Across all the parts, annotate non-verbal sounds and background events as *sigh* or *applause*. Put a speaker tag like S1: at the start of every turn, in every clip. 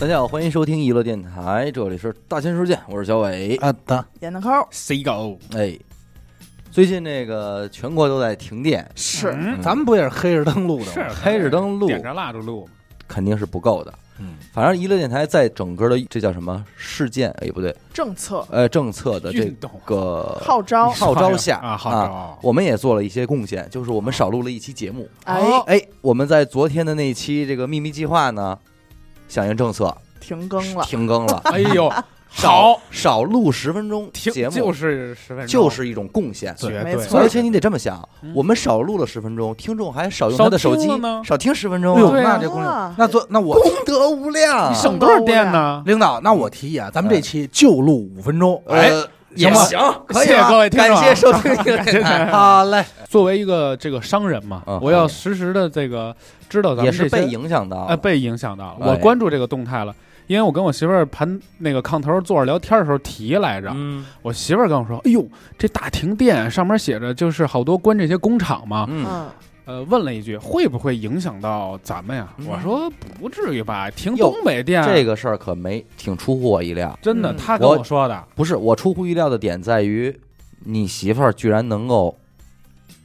S1: 大家好，欢迎收听娱乐电台，这里是大千世界，我是小伟。
S2: 啊的，
S3: 点的抠
S4: 谁狗
S1: 哎，最近这个全国都在停电，
S3: 是
S4: 嗯
S2: 咱们不也是黑着灯录的吗？
S4: 是
S1: 开着灯录
S4: 点着蜡烛录嘛，
S1: 肯定是不够的。
S2: 嗯，
S1: 反正娱乐电台在整个的这叫什么事件？哎，不对，
S3: 政策
S1: 呃，政策的这
S4: 运动
S1: 个
S3: 号召，
S1: 号召下
S4: 啊，号召
S1: 我们也做了一些贡献，就是我们少录了一期节目。
S3: 哎，
S4: 哦
S1: 哎，我们在昨天的那期这个秘密计划呢，响应政策
S3: 停更了，
S1: 停更
S4: *laughs*
S1: 了，
S4: 哎
S1: *laughs*
S4: 呦，
S1: 少
S4: 好，
S1: 少录十分钟
S4: 听
S1: 节目，
S4: 就是十分钟，
S1: 就是一种贡献。
S4: 绝
S3: 没
S4: 对
S3: 错
S1: 而且你得这么想，
S4: 嗯
S1: 我们少录了十分钟，听众还少用他的手机
S4: 少听了，呢
S1: 少听十分
S2: 哎呦，
S1: 钟，
S4: 对啊
S2: 那这功
S3: 啊
S2: 能，那做那我
S1: 功德无量
S4: 你。省多少电呢？
S2: 领导，那我提议
S4: 嗯
S2: 啊，咱们这期就录五分钟。
S4: 哎
S1: 呃，
S4: 也
S1: 行吧
S4: 行
S1: 可以
S4: 谢谢
S1: 了
S4: 各位听众
S1: 感
S4: 啊
S1: 谢收听这个
S4: *laughs*
S1: 电台。
S2: 好嘞，
S4: 作为一个这个商人嘛
S1: 嗯，
S4: 我要实时的这个知道咱
S1: 也
S4: 们
S1: 是
S4: 这
S1: 被
S4: 些
S1: 影响到
S4: 呃
S1: 了，
S4: 被影响到了，
S1: 哎
S4: 我关注这个动态了。因为我跟我媳妇儿盘那个炕头坐着聊天的时候提来
S2: 啊
S4: 着，
S1: 嗯
S4: 我媳妇儿跟我说：“哎呦，这大停电上面写着就是好多关这些工厂嘛。”
S1: 嗯，
S3: 嗯，
S4: 呃，问了一句会不会影响到咱们呀？
S1: 嗯
S4: 我说不至于吧，停
S1: 哟
S4: 东北电
S1: 这个事儿可没挺出乎我意料。
S4: 真的，
S3: 嗯
S4: 他跟
S1: 我
S4: 我说的，
S1: 不是我出乎意料的点在于，你媳妇儿居然能够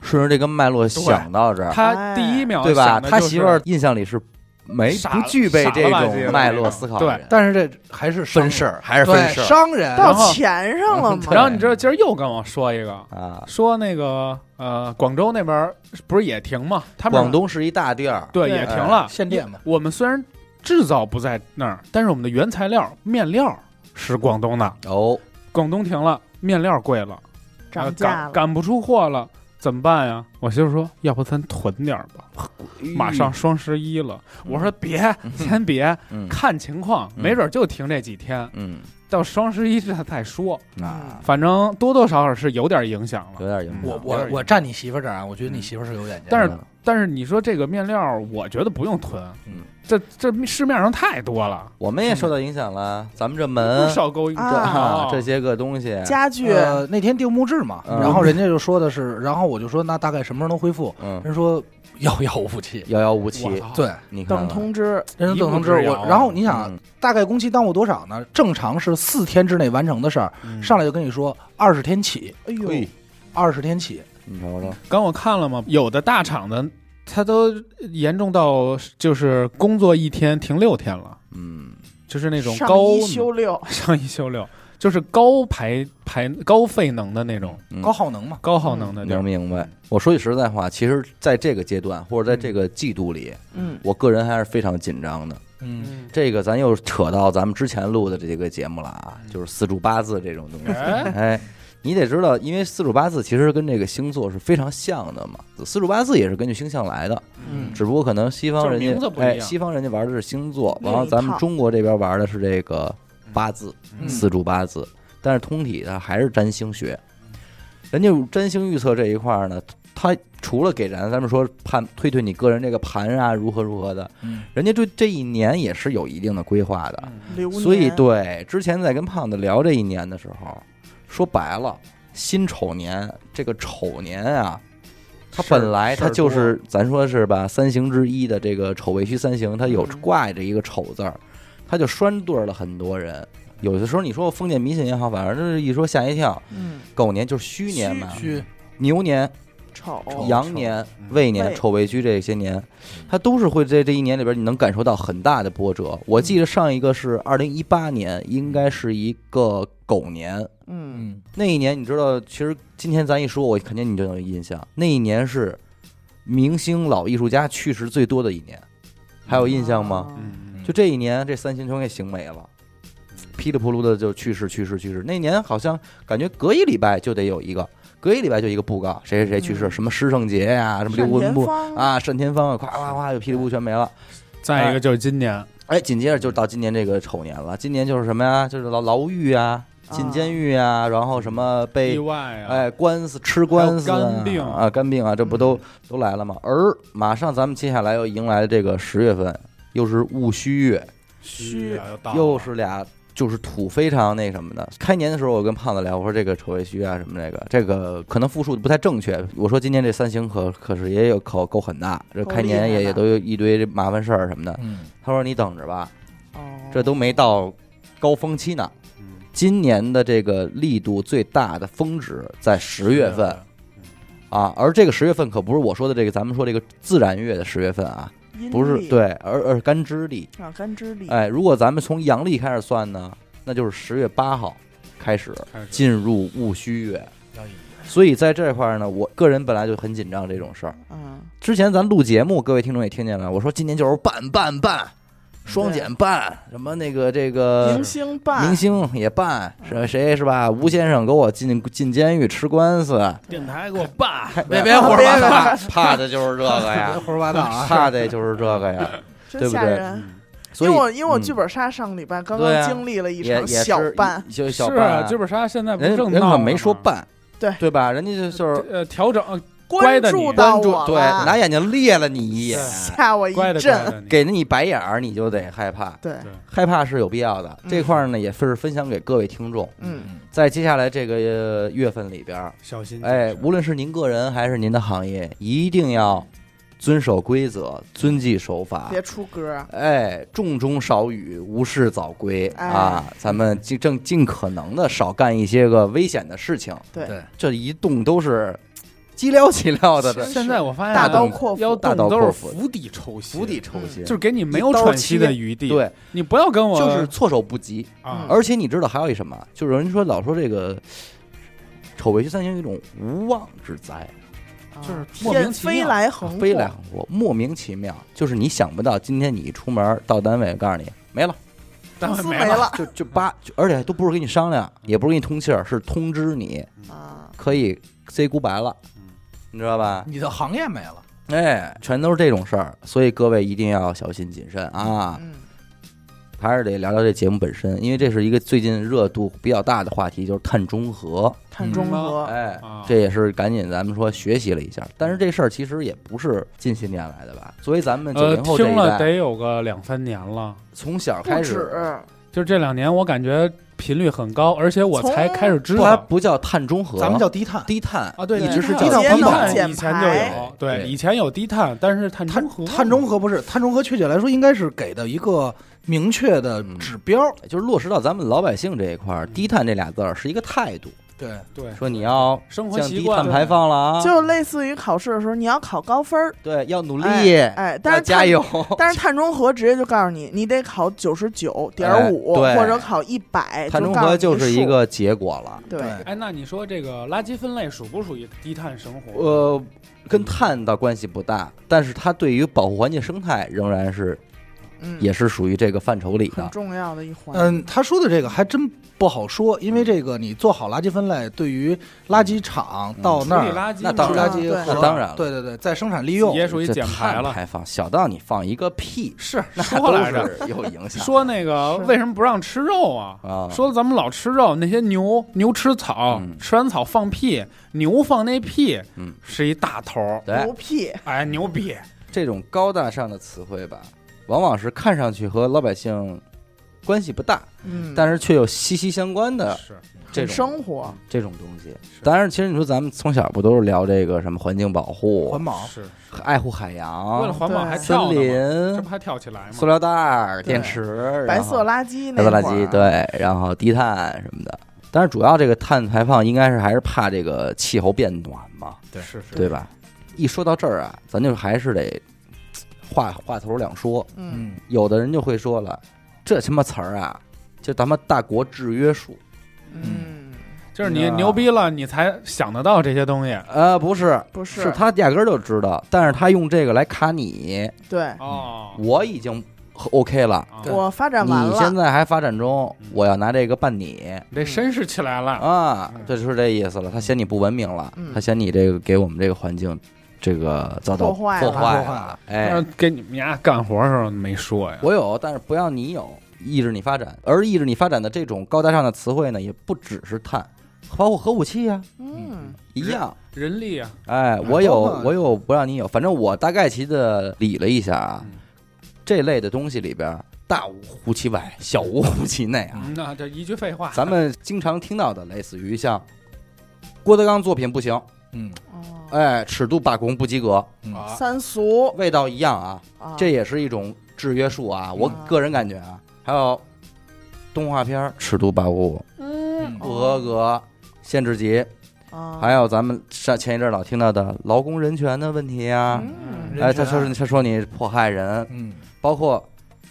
S1: 顺着这个脉络想到
S3: 哎
S1: 这儿，
S4: 他第一秒
S1: 对吧？
S4: 想的就
S1: 他
S4: 是
S1: 媳妇儿印象里是没
S4: 傻
S1: 不具备这
S4: 傻了吧唧
S1: 种
S4: 的
S1: 脉络思考的
S4: 啊对
S1: 人，
S2: 但是这还是商
S1: 分
S2: 人
S1: 事儿还是分
S2: 对
S1: 事儿
S2: 商人
S3: 到
S4: 然后
S3: 钱上
S1: 嗯 *laughs*
S3: 了嘛，
S4: 然
S1: 哎
S4: 后你知道今儿又跟我说一个，
S1: 啊。
S4: 说那个呃，广州那边儿不是也停吗？他们
S1: 广东哎是一大地儿，
S4: 对
S3: 对
S4: 也停了。
S2: 啊哎限电嘛，
S4: 我们虽然制造不在那儿，但是我们的原材料面料是广东的，
S1: 哦，
S4: 广东停了，面料贵了，呃
S3: 涨价
S4: 赶
S3: 了，
S4: 赶不出货了，怎么办呀？我媳妇说，要不咱囤点儿吧。
S1: 哎
S4: *laughs* 马上双十一了，我说别，先别，
S1: 嗯，
S4: 看情况，
S1: 嗯
S4: 没准就停这几天，
S1: 嗯
S4: 到双十一这再说。
S3: 嗯
S1: 啊，
S4: 反正多多少少是有点影响
S1: 有
S4: 了。
S1: 点影响。
S2: 我
S4: 有
S2: 我
S4: 点
S2: 我站你媳妇儿这儿啊，我觉得你媳妇儿是有眼
S4: 嗯
S2: 见的，
S4: 但是但是你说这个面料，我觉得不用囤
S1: 嗯，
S4: 这这市面上太多了，
S1: 我们也受到影响了，咱们这
S4: 不
S1: 门
S4: 少供应
S1: 这
S3: 啊
S4: 商
S1: 这些个东西，
S3: 家具
S2: 呃那天定木质嘛，
S1: 嗯
S2: 然后人家就说的是，然后我就说那大概什么时候能恢复？
S1: 嗯，
S2: 人说遥遥无期。
S1: 遥遥无期。
S4: 我操
S2: 对，
S1: 你看
S3: 等
S1: 看，
S3: 通知，
S2: 人家等通知
S4: 一步之
S2: 我，
S4: 遥
S2: 然后你想啊
S1: 嗯
S2: 大概工期耽误多少呢？正常是四天之内完成的事儿，
S4: 嗯
S2: 上来就跟你说二十天起，
S3: 哎呦，
S1: 嘿，
S2: 二十天起，
S1: 你瞅瞅，
S4: 刚我看了吗？有的大厂子，它都严重到就是工作一天停六天了，
S1: 嗯，
S4: 就是那种
S3: 上
S4: 高
S3: 一休六，
S4: *laughs* 上一休六，就是高排排高费能的那种
S1: 嗯
S2: 高耗能嘛。
S4: 高耗能的地
S1: 能
S4: 儿。
S1: 明白。我说句实在话，其实在这个阶段或者在这个季度里，
S3: 嗯，
S1: 我个人还是非常紧张的。
S2: 嗯，
S1: 这个咱又扯到咱们之前录的这个节目了啊，就是四柱八字这种东西。
S3: 嗯
S4: 哎
S1: *laughs* 哎，你得知道，因为四柱八字其实跟这个星座是非常像的嘛。四柱八字也是根据星象来的，
S2: 嗯
S1: 只不过可能西方人
S4: 就是
S1: 家
S4: 名字不一样
S1: 哎，西方人家玩的是星座，
S3: 另一
S1: 然后咱们
S3: 套
S1: 中国这边玩的是这个八字，
S2: 嗯
S1: 四柱八字，但是通体它还是占星学。人家占星预测这一块儿呢，它除了给咱咱们说判推推你个人这个盘啊如何如何的，
S2: 嗯
S1: 人家对这一年也是有一定的规划的。
S3: 流年
S1: 嗯所以对，之前在跟胖子聊这一年的时候，说白了，辛丑年这个丑年啊，它
S4: 事儿
S1: 本来它就是咱说是吧，三行之一的这个丑未戌三行，它有
S3: 嗯
S1: 挂着一个丑字儿，它就拴对了很多人。有的时候你说封建迷信也好，反正就是一说吓一跳。
S3: 嗯，
S1: 狗年就是虚年嘛，
S2: 虚
S1: 牛年、
S3: 丑，
S2: 丑嗯
S1: 羊年、
S4: 嗯
S1: 未年、
S3: 未
S1: 丑未戌这些年，它都是会在这一年里边，你能感受到很大的波折。我记得上一个
S2: 嗯
S1: 是二零一八年，应该是一个狗年。
S3: 嗯，
S2: 嗯
S1: 那一年你知道，其实今天咱一说，我肯定你就有印象。那一年是明星老艺术家去世最多的一年，还有印象吗？
S3: 啊？
S4: 嗯
S1: 就这一年，这三星全给行没了。噼里扑噜的就去世，去世，去世。那年好像感觉隔一礼拜就得有一个，隔一礼拜就一个布告，谁谁谁去世，
S3: 嗯
S1: 什么师圣杰呀、什么刘
S3: 单
S1: 文
S3: 田
S1: 步
S3: 芳，
S1: 啊，单田芳啊，夸夸夸就噼里扑全没了。
S4: 再一个就是今年，
S1: 哎，紧接着就到今年这个丑年了，今年就是什么呀？就是牢牢狱啊，进监狱啊，然后什么
S4: 意
S1: 被
S4: 外啊，
S1: 哎官司吃官司啊、
S4: 还有肝病嗯
S1: 啊，肝病啊，这不都都来了吗？而马上咱们接下来又迎来这个十月份，又是戊戌月，啊
S3: 虚
S4: 又到了
S1: 又是俩。就是土非常那什么的。开年的时候，我跟胖子聊，我说这个丑未戌啊什么这个，这个可能复述的不太正确。我说今年这三行可可是也有口够狠的，这
S3: 够
S1: 开
S3: 厉
S1: 年
S3: 害
S1: 也
S3: 的
S1: 也都有一堆麻烦事儿什么的。
S2: 嗯，
S1: 他说你等着吧，
S3: 哦，
S1: 这都没到高峰期呢。
S4: 嗯
S1: 今年的这个力度最大的峰值在十月份啊，而这个十月份可不是我说的这个，咱们说这个自然月的十月份啊，
S3: 阴
S1: 不是
S3: 历
S1: 对，而而是干支历。
S3: 啊，干支历，
S1: 哎，如果咱们从阳历开始算呢，那就是十月八号开始
S4: 开始
S1: 进入戊戌月。所以在这块儿呢，我个人本来就很紧张这种事儿。
S3: 嗯，
S1: 之前咱录节目，各位听众也听见了，我说今年就是办办办，双减办，什么那个这个
S3: 明星办
S1: 呃明，星也办，谁
S3: 嗯
S1: 谁是吧？吴先生给我进进监狱吃官司，
S5: 电台给我爸，
S1: 别
S2: 别胡说八道
S1: 怕怕的就是这个
S2: 别
S1: 呀，
S2: 胡说八道啊！
S1: *laughs* 怕的就是这个呀。对
S3: 真
S1: 不
S3: 吓
S1: 对
S3: 人。
S1: 所
S3: 因
S1: 以
S3: 为我因为我
S1: 嗯
S3: 剧本杀上个礼拜刚
S1: 对啊
S3: 刚经历了一
S1: 也也
S3: 场小
S1: 是
S3: 办，
S1: 就是小办啊
S4: 啊，剧本杀现在不
S1: 人
S4: 正
S1: 人
S4: 闹
S1: 可
S4: 着
S1: 没
S4: 吗
S1: 说办，
S3: 对
S1: 对吧？人家就就是
S4: 呃调整呃乖
S3: 关
S4: 的
S3: 注
S4: 你
S3: 到
S1: 关注
S3: 我，
S1: 对，
S3: 了
S1: 拿眼睛猎了你一眼，
S3: *laughs* 吓我一
S4: 乖的乖
S3: 震。
S4: 的你，
S1: 给了你白眼儿，你就得害怕，
S3: 对，
S1: 害怕是有必要的。
S3: 嗯
S1: 这块儿呢，也是分享给各位听众，
S3: 嗯，
S1: 在接下来这个呃月份里边儿，
S5: 小
S4: 嗯
S5: 心谨
S1: 哎，
S5: 慎
S1: 无论是您个人还是您的行业，一定要遵守规则，遵纪守法。
S3: 别出歌，
S1: 哎，重中少雨，无事早归、
S3: 哎
S1: 啊！咱们尽正尽可能的少干一些个危险的事情。
S3: 对
S5: 对
S1: 这一动都是鸡撩鸡撩的，
S3: 是
S1: 这
S3: 是
S4: 现在我发现
S3: 大
S1: 刀
S3: 刀阔
S4: 腰
S3: 斧，
S1: 大刀
S4: 动都
S1: 阔
S4: 是
S1: 斧
S4: 釜底抽薪，
S1: 釜底抽薪，
S4: 就是给你没有喘息的余地。，
S1: 对，
S4: 你不要跟我
S1: 就是嗯措手不及。
S4: 啊，
S1: 而且你知道还有一什么？就是有人说老说这个丑未须三星有一种无妄之灾，
S3: 啊
S4: 嗯就是莫名
S3: 天
S4: 其妙啊
S3: 飞来横祸
S1: 飞来横祸，莫名其妙，就是你想不到，今天你一出门到单位，告诉你没了，
S4: 单
S3: 公
S4: 位
S3: 司
S4: 没
S3: 没了
S1: 就就八，就而且都不是跟你商量，也不是给你通气儿，是通知你
S3: 啊！
S1: 可以 say goodbye 了
S4: 嗯，
S1: 你知道吧？
S2: 你的行业没了，
S1: 哎，全都是这种事儿，所以各位一定要小心谨慎啊！
S3: 嗯，
S1: 还是得聊聊这节目本身，因为这是一个最近热度比较大的话题，就是碳中和。
S3: 碳中和，
S1: 哎
S4: 啊
S1: 这也是赶紧咱们说学习了一下，但是这事儿其实也不是近些年来的吧？作为咱们九
S4: 呃
S1: 零后这
S4: 听
S1: 一
S4: 了
S1: 代，
S4: 得有个两三年了，
S1: 从小
S3: 不
S1: 开
S3: 止
S1: 始，啊
S4: 就这两年我感觉频率很高，而且我才
S3: 从
S4: 开始知
S1: 不还
S4: 道
S1: 不叫碳中和，
S2: 咱们叫低碳。
S1: 低碳
S4: 啊，对，
S1: 一直是
S4: 低
S1: 叫
S4: 碳
S3: 低
S4: 低
S3: 碳
S4: 碳，
S3: 减
S4: 以前就
S3: 排
S4: 有，
S1: 对
S4: 对，以前有低碳，但是碳
S2: 碳
S4: 中和，
S2: 碳中和不是碳中和，确切来说应该是给的一个明确的指标。
S1: 就是落实到咱们老百姓这一块儿，低碳这俩字儿是一个态度，
S2: 对，
S4: 对
S1: 说你要
S4: 生活
S1: 降
S4: 习
S1: 低
S4: 惯
S1: 碳排放了啊，
S3: 就类似于考试的时候，你要考高分儿，
S1: 对，要努力，
S3: 哎，哎但
S1: 要
S3: 是
S1: 加
S3: 碳
S1: 油，
S3: 但是碳中和直接就告诉你，你得考九十九点五
S1: 哎对
S3: 或者考一百，
S1: 碳中和
S3: 就
S1: 就是一
S3: 告诉
S1: 个结果了。
S3: 你这数对，
S4: 哎，那你说这个垃圾分类属不属于低碳生活？
S1: 呃，跟碳倒关系不大，但是它对于保护环境生态仍然是
S3: 嗯，
S1: 也是属于这个范畴里
S3: 很
S1: 的。
S3: 重要的一环。
S2: 嗯，他说的这个还真不好说，因为这个你做好垃圾分类，对于垃圾厂到
S4: 处
S2: 那
S4: 理
S2: 儿
S4: 垃圾
S1: 那
S4: 嘛，
S1: 当
S2: 处理
S1: 然
S2: 垃圾
S3: 对
S2: 和
S1: 那当然了
S2: 对对对，再生产利用
S4: 也属于
S1: 这
S4: 减排
S1: 碳
S4: 了。
S1: 排放小到你放一个屁，
S4: 是
S1: 那
S4: 说来
S1: 都
S4: 着，
S1: 是有影响。
S4: 说那个
S3: 是
S4: 为什么不让吃肉啊？
S1: 啊，
S4: 说咱们老吃肉，那些牛牛吃草，
S1: 嗯
S4: 吃完草放屁，牛放那屁，
S1: 嗯
S4: 是一大头儿，
S1: 对
S3: 牛屁，
S4: 哎，牛逼！
S1: 这种高大上的词汇吧，往往是看上去和老百姓关系不大，
S3: 嗯，
S1: 但是却有息息相关的
S4: 是
S1: 这
S3: 很
S1: 种
S3: 生活，
S1: 这种东西。当然，其实你说咱们从小不都是聊这个什么环境保护、
S2: 环保。
S4: 是，
S1: 爱护海
S4: 为了
S1: 洋、
S4: 环保
S3: 对
S4: 还跳
S1: 啊森
S4: 呢吗？
S1: 林
S4: 这不、还跳起来
S1: 塑
S4: 吗？
S1: 料袋儿、
S3: 对
S1: 电池、
S3: 白
S1: 然后
S3: 色垃圾
S1: 白
S3: 那
S1: 色垃
S3: 会
S1: 圾
S3: 儿，
S1: 对，然后低碳什么的。但是主要这个碳排放应该是还是怕这个气候变暖嘛，
S4: 对，是是，
S1: 对吧？一说到这儿啊，咱就还是得话话头两说。
S3: 嗯，
S2: 嗯，
S1: 有的人就会说了，这他妈词儿啊，就咱们大国制约束。
S3: 嗯，
S4: 就是你牛逼了，你才想得到这些东西。
S1: 呃，不是，
S3: 不是
S1: 是他压根儿就知道，但是他用这个来卡你，
S3: 对
S4: 哦，
S1: 我已经 OK 了。
S4: 啊
S2: 对
S3: 我发展完
S1: 你现
S3: 了，
S1: 在还发展中
S4: 嗯，
S1: 我要拿这个办你，
S4: 你这绅士起来了，
S1: 啊
S4: 嗯，
S1: 这就是这意思了。他嫌你不文明了，
S3: 嗯
S1: 他嫌你这个给我们这个环境这个遭到
S3: 破坏
S1: 破
S3: 了
S1: 坏
S2: 破坏了。
S1: 哎
S4: 那，给你们家干活的时候没说呀？
S1: 我有，但是不要你有，抑制你发展。而抑制你发展的这种高大上的词汇呢，也不只是碳，包括核武器啊，
S3: 嗯，
S1: 一样。
S4: 人力啊，
S1: 哎，我有，我有，不让你有。反正我大概其的理了一下啊
S4: 嗯，
S1: 这类的东西里边，大无乎其外，小无乎其内啊。
S4: 嗯那这一句废话，
S1: 咱们经常听到的，类似于像郭德纲作品不行，
S2: 嗯，
S3: 哦
S1: 哎，尺度罢工不及格，
S4: 啊
S1: 呃
S3: 三俗
S1: 味道一样啊，
S3: 啊，嗯
S1: 这也是一种制约束啊。我个人感觉啊，还有动画片儿尺度八五五，
S4: 嗯
S1: 不合
S3: 哦
S1: 格，限制级，
S3: 啊，
S1: 还有咱们上前一阵儿老听到的劳工人权的问题呀、
S3: 嗯
S2: 人
S1: 哎，他
S2: 权
S1: 说是他说你迫害人，
S2: 嗯，
S1: 包括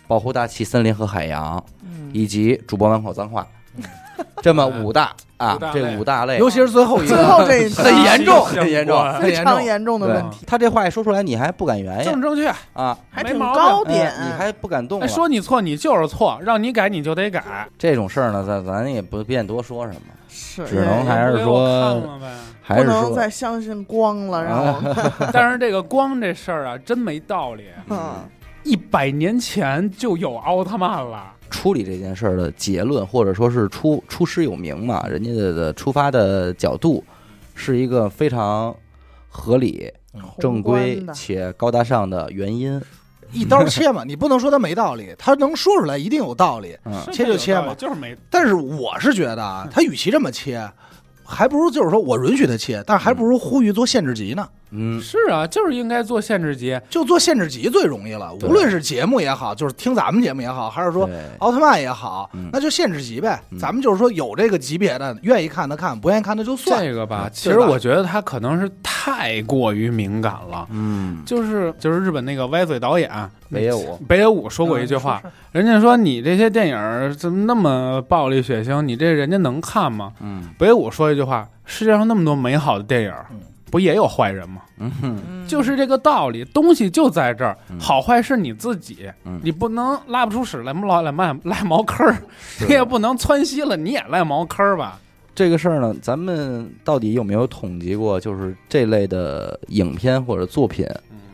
S1: 保护大气森林和海洋，
S3: 嗯，
S1: 以及主播满口脏话， *laughs* 这么五大啊
S4: 五大，类
S1: 这五大类
S2: 尤其是最后
S3: *laughs*
S2: 一
S3: 最
S2: 个，
S3: 后这一条
S1: 很严重，很严重。
S4: 重
S2: 很
S3: 非
S2: 严
S3: 常
S2: 重，
S3: 严重的问题，
S1: 他这话一说出来，你还不敢原
S4: 正
S1: 谅
S4: 正确，
S1: 啊？
S3: 还
S4: 没
S3: 挺
S4: 毛病
S3: 高
S1: 哎
S3: 点，
S1: 你还不敢动
S4: 哎，
S1: 了。
S4: 说你错你就是错，让你改你就得改，
S1: 这种事儿呢，咱咱也不便多说什么，
S3: 是
S1: 只能还是
S4: 不给我看
S1: 说，
S4: 了
S1: *laughs*
S4: 呗。
S1: 还
S3: 不
S1: 是
S3: 能
S1: 说，
S3: 再相信光了，让我看，
S4: 但是这个光这事儿啊，真没道理。
S1: 啊
S3: *laughs* 嗯
S4: 一百年前就有奥特曼了，
S1: 处理这件事儿的结论，或者说是出出师有名嘛，人家的的出发的角度是一个非常合理、 *laughs* 正规
S3: 宏观的
S1: 且高大上的原因。
S2: 一刀切嘛，你不能说他没道理，他能说出来一定有道理。
S1: 嗯，
S4: 是
S2: 切就切
S4: 有道理
S2: 嘛
S4: 就是没
S2: 但是我是觉得啊，他与其这么切，还不如就是说我允许他切，但是还不如呼吁做限制级呢，
S1: 嗯，
S4: 是啊，就是应该做限制级。
S2: 就做限制级最容易了。
S1: 对
S2: 无论是节目也好，就是听咱们节目也好，还是说
S1: 对
S2: 奥特曼也好
S1: 嗯，
S2: 那就限制级呗
S1: 嗯。
S2: 咱们就是说有这个级别的，愿意看的看，不愿意看的就算。
S4: 这个吧，啊其
S2: 对
S4: 实
S2: 吧
S4: 我觉得他可能是太过于敏感了。
S1: 嗯，
S4: 就是就是日本那个歪嘴导演
S1: 北野武
S4: 北野武说过一句话，人家说你这些电影儿怎么那么暴力血腥，你这人家能看吗？
S1: 嗯
S4: 北野武说一句话，世界上那么多美好的电影儿
S2: 嗯，
S4: 不也有坏人吗？
S1: 嗯哼
S3: 嗯，
S4: 就是这个道理，东西就在这儿
S1: 嗯，
S4: 好坏是你自己
S1: 嗯，
S4: 你不能拉不出屎来老赖赖赖茅坑儿，
S1: 是
S4: 你也不能窜稀了，你也赖茅坑儿吧？
S1: 这个事儿呢，咱们到底有没有统计过，就是这类的影片或者作品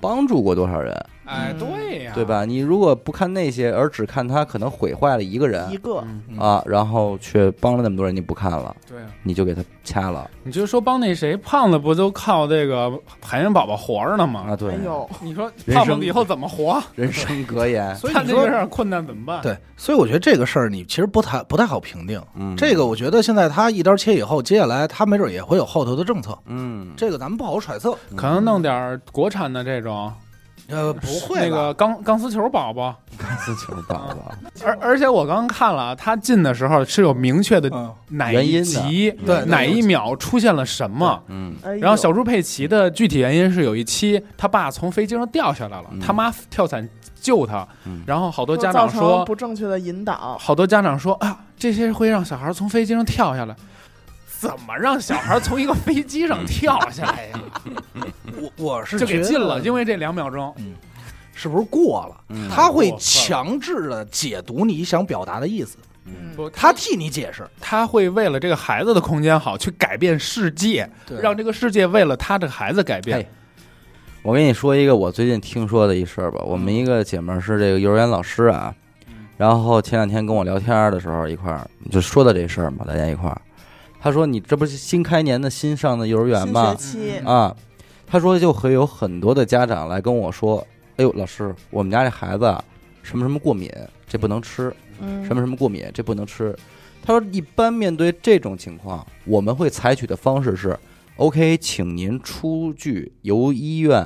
S1: 帮助过多少人，
S4: 哎，
S3: 嗯
S4: 对呀，
S1: 对？吧？你如果不看那些，而只看它，可能毁坏了一个人
S3: 一个
S4: 嗯，
S2: 嗯
S1: 啊，然后却帮了那么多人，你不看了，
S4: 对啊。
S1: 你就给他掐了
S4: 你就说帮那谁胖子不就靠这个海绵宝宝活着呢吗？
S1: 啊！对
S3: 哎，呦，
S4: 你说
S1: 人
S4: 胖
S1: 生哎
S4: 子以后怎么活？
S1: 人生格言，
S2: 所以
S4: 他
S2: 你
S4: 这个
S2: 说
S4: 有点困难怎么办？
S2: 对，所以我觉得这个事儿你其实不太不太好评定。
S1: *laughs* 嗯，
S2: 这个我觉得现在他一刀切以后，接下来他没准也会有后头的政策，
S1: 嗯， *laughs*
S2: 这个咱们不好揣测。
S4: 可能弄点儿国产的这种，
S2: 呃，不
S4: 那
S2: 会吧
S4: 个钢钢丝球宝宝。
S1: 自求宝 *laughs* 宝，
S4: 而而且我刚看了，他进的时候是有明确的
S2: 嗯，
S4: 哪
S1: 原因
S4: 一
S1: 的
S4: 集、
S2: 对对
S4: 哪一秒出现了什么。
S1: 嗯
S3: 哎呦
S4: 然后小猪佩奇的具体原因是有一期他爸从飞机上掉下来了
S1: 嗯，
S4: 他妈跳伞救他
S1: 嗯，
S4: 然后好多
S3: 就
S4: 家
S3: 造
S4: 长
S3: 成
S4: 说
S3: 不正确的引导，
S4: 好多家长说啊，这些会让小孩从飞机上跳下来。怎么让小孩从一个飞机上跳下来呀？
S2: 我我是
S4: 就给
S2: 觉得
S4: 禁了，因为这两秒钟。
S2: 是不是过了？
S1: 嗯，
S2: 他会强制的解读你想表达的意思，
S1: 嗯
S4: 不，
S2: 他
S4: 他
S2: 替你解释，
S4: 他会为了这个孩子的空间好，去改变世界，让这个世界为了他这个孩子改变
S1: 哎。我跟你说一个我最近听说的一事儿吧，我们一个姐们儿是这个幼儿园老师啊，然后前两天跟我聊天儿的时候一块儿就说到这事儿嘛，大家一块儿，他说你这不是新开年的新上的幼儿园
S3: 新
S1: 吗
S3: 学？期
S4: 嗯
S1: 啊，他说就会有很多的家长来跟我说，哎呦老师，我们家这孩子啊什么什么过敏，这不能吃，
S3: 嗯
S1: 什么什么过敏，这不能吃。他说，一般面对这种情况，我们会采取的方式是，OK，请您出具由医院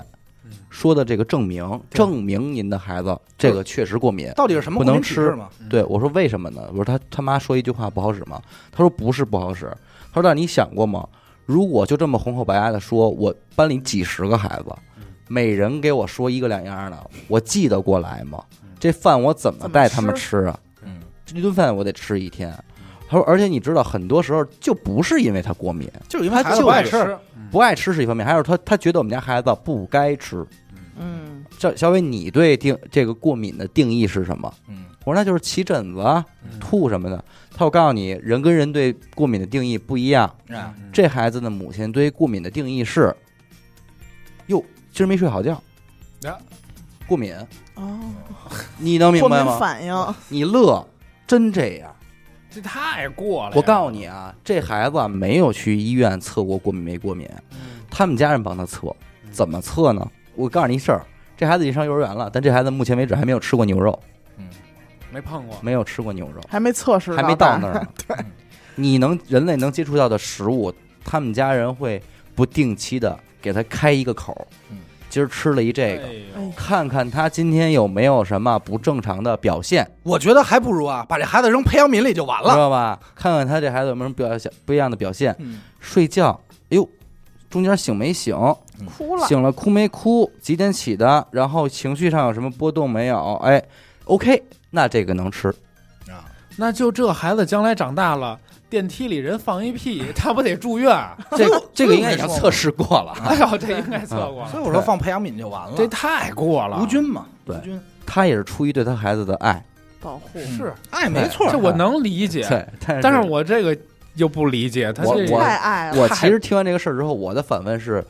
S4: 嗯
S1: 说的这个证明，
S2: 对
S1: 证明您的孩子这个确实过敏。
S2: 到底是什么
S1: 不能
S2: 过敏体质
S1: 吃
S2: 嘛？
S1: 对我说为什么呢？我说他他妈说一句话不好使吗？他说不是不好使，他说但你想过吗？如果就这么红口白牙的说，我班里几十个孩子，每人给我说一个两样的，我记得过来吗？这饭我怎么
S3: 怎么
S1: 带他们
S3: 吃
S1: 吃啊？
S2: 嗯，
S1: 这顿饭我得吃一天。他说，而且你知道，很多时候就不是因为他过敏，
S2: 就是因为
S1: 他
S2: 孩子
S1: 就
S2: 不爱
S1: 是
S2: 吃，，
S1: 不爱吃是一方面，还有他他觉得我们家孩子不该吃。
S3: 嗯
S1: 这小伟，你对定这个过敏的定义是什么？
S2: 嗯，
S1: 我说那就是起疹子、啊、
S4: 嗯
S1: 吐什么的。他说我告诉你，人跟人对过敏的定义不一样。
S4: 嗯
S2: 哎，
S1: 这孩子的母亲对过敏的定义是：哟，今儿没睡好觉
S4: 呀，
S1: 过敏。
S3: 哦，
S1: 你能明
S3: 过
S1: 白
S3: 敏
S1: 吗？嗯
S3: 反应，
S1: 你乐，真这样。
S4: 这太过了呀。
S1: 我告诉你啊，这孩子啊没有去医院测过过敏没过敏，
S4: 嗯
S1: 他们家人帮他测，怎么测呢？我告诉你一事儿，这孩子已经上幼儿园了，但这孩子目前为止还没有吃过牛肉，
S4: 没碰过，
S1: 没有吃过牛肉，
S3: 还没测试，
S1: 还没到那儿。
S3: 儿，
S1: 呢。对，你能人类能接触到的食物，他们家人会不定期的给他开一个口
S2: 嗯，
S1: 今儿吃了一这个，
S4: 哎
S3: 哎
S4: 呦
S3: 呦
S1: 看看他今天有没有什么不正常的表现，
S2: 我觉得还不如啊，把这孩子扔培养皿里就完
S1: 知
S2: 了。
S1: 道吧？看看他这孩子有没有什么表现不一样的表现。
S2: 嗯，
S1: 睡觉，哎呦，中间醒没醒？
S3: 哭了，
S1: 醒了哭没哭？几点起的？然后情绪上有什么波动没有？哎，OK，那这个能吃。
S4: 那就这孩子将来长大了，电梯里人放一屁，他不得住院？
S1: 这个这个应该已
S2: 所以
S1: 经
S2: 我没说
S1: 测试过了。
S4: 哎呦，这应该测过
S2: 所
S4: 了，
S2: 以我说放培养皿就完了。
S4: 这太过了。
S2: 无菌嘛，
S1: 对
S2: 无菌
S1: 他也是出于对他孩子的爱，
S3: 保护
S1: 嗯
S4: 是，
S2: 哎，没错儿，
S4: 这我能理解，
S1: 哎对，但是
S4: 但是我这个又不理解，他
S1: 我
S4: 这
S1: 我
S3: 太爱了，
S1: 我其实听完这个事儿之后，我的反问是：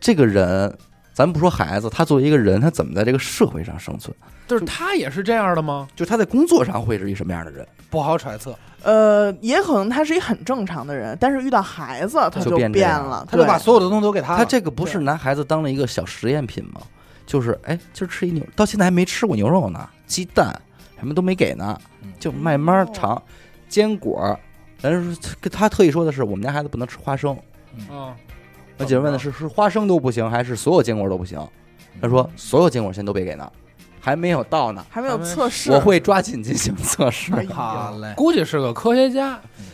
S1: 这个人，咱不说孩子，他作为一个人，他怎么在这个社会上生存？
S4: 就是他也是这样的吗？
S1: 就他在工作上会是一什么样的人，
S2: 不好揣测，
S3: 呃，也可能他是一很正常的人，但是遇到孩子他
S1: 就
S3: 就
S1: 变这样
S3: 了，
S2: 他就
S3: 对
S2: 把所有的东西都给他
S1: 他
S2: 了。
S1: 这个不是拿孩子当了一个小实验品吗？就是哎，今儿吃一牛，到现在还没吃过牛肉呢，鸡蛋什么都没给呢
S2: 嗯，
S1: 就慢慢尝。坚果，咱是他特意说的是，我们家孩子不能吃花生。
S4: 嗯，
S1: 那姐问的是是花生都不行，还是所有坚果都不行？他
S2: 嗯
S1: 说所有坚果先都别给呢，还没有到呢。
S3: 还没有测试，
S1: 我会抓紧进行测试。
S3: 哎呀
S2: 好嘞，
S4: 估计是个科学家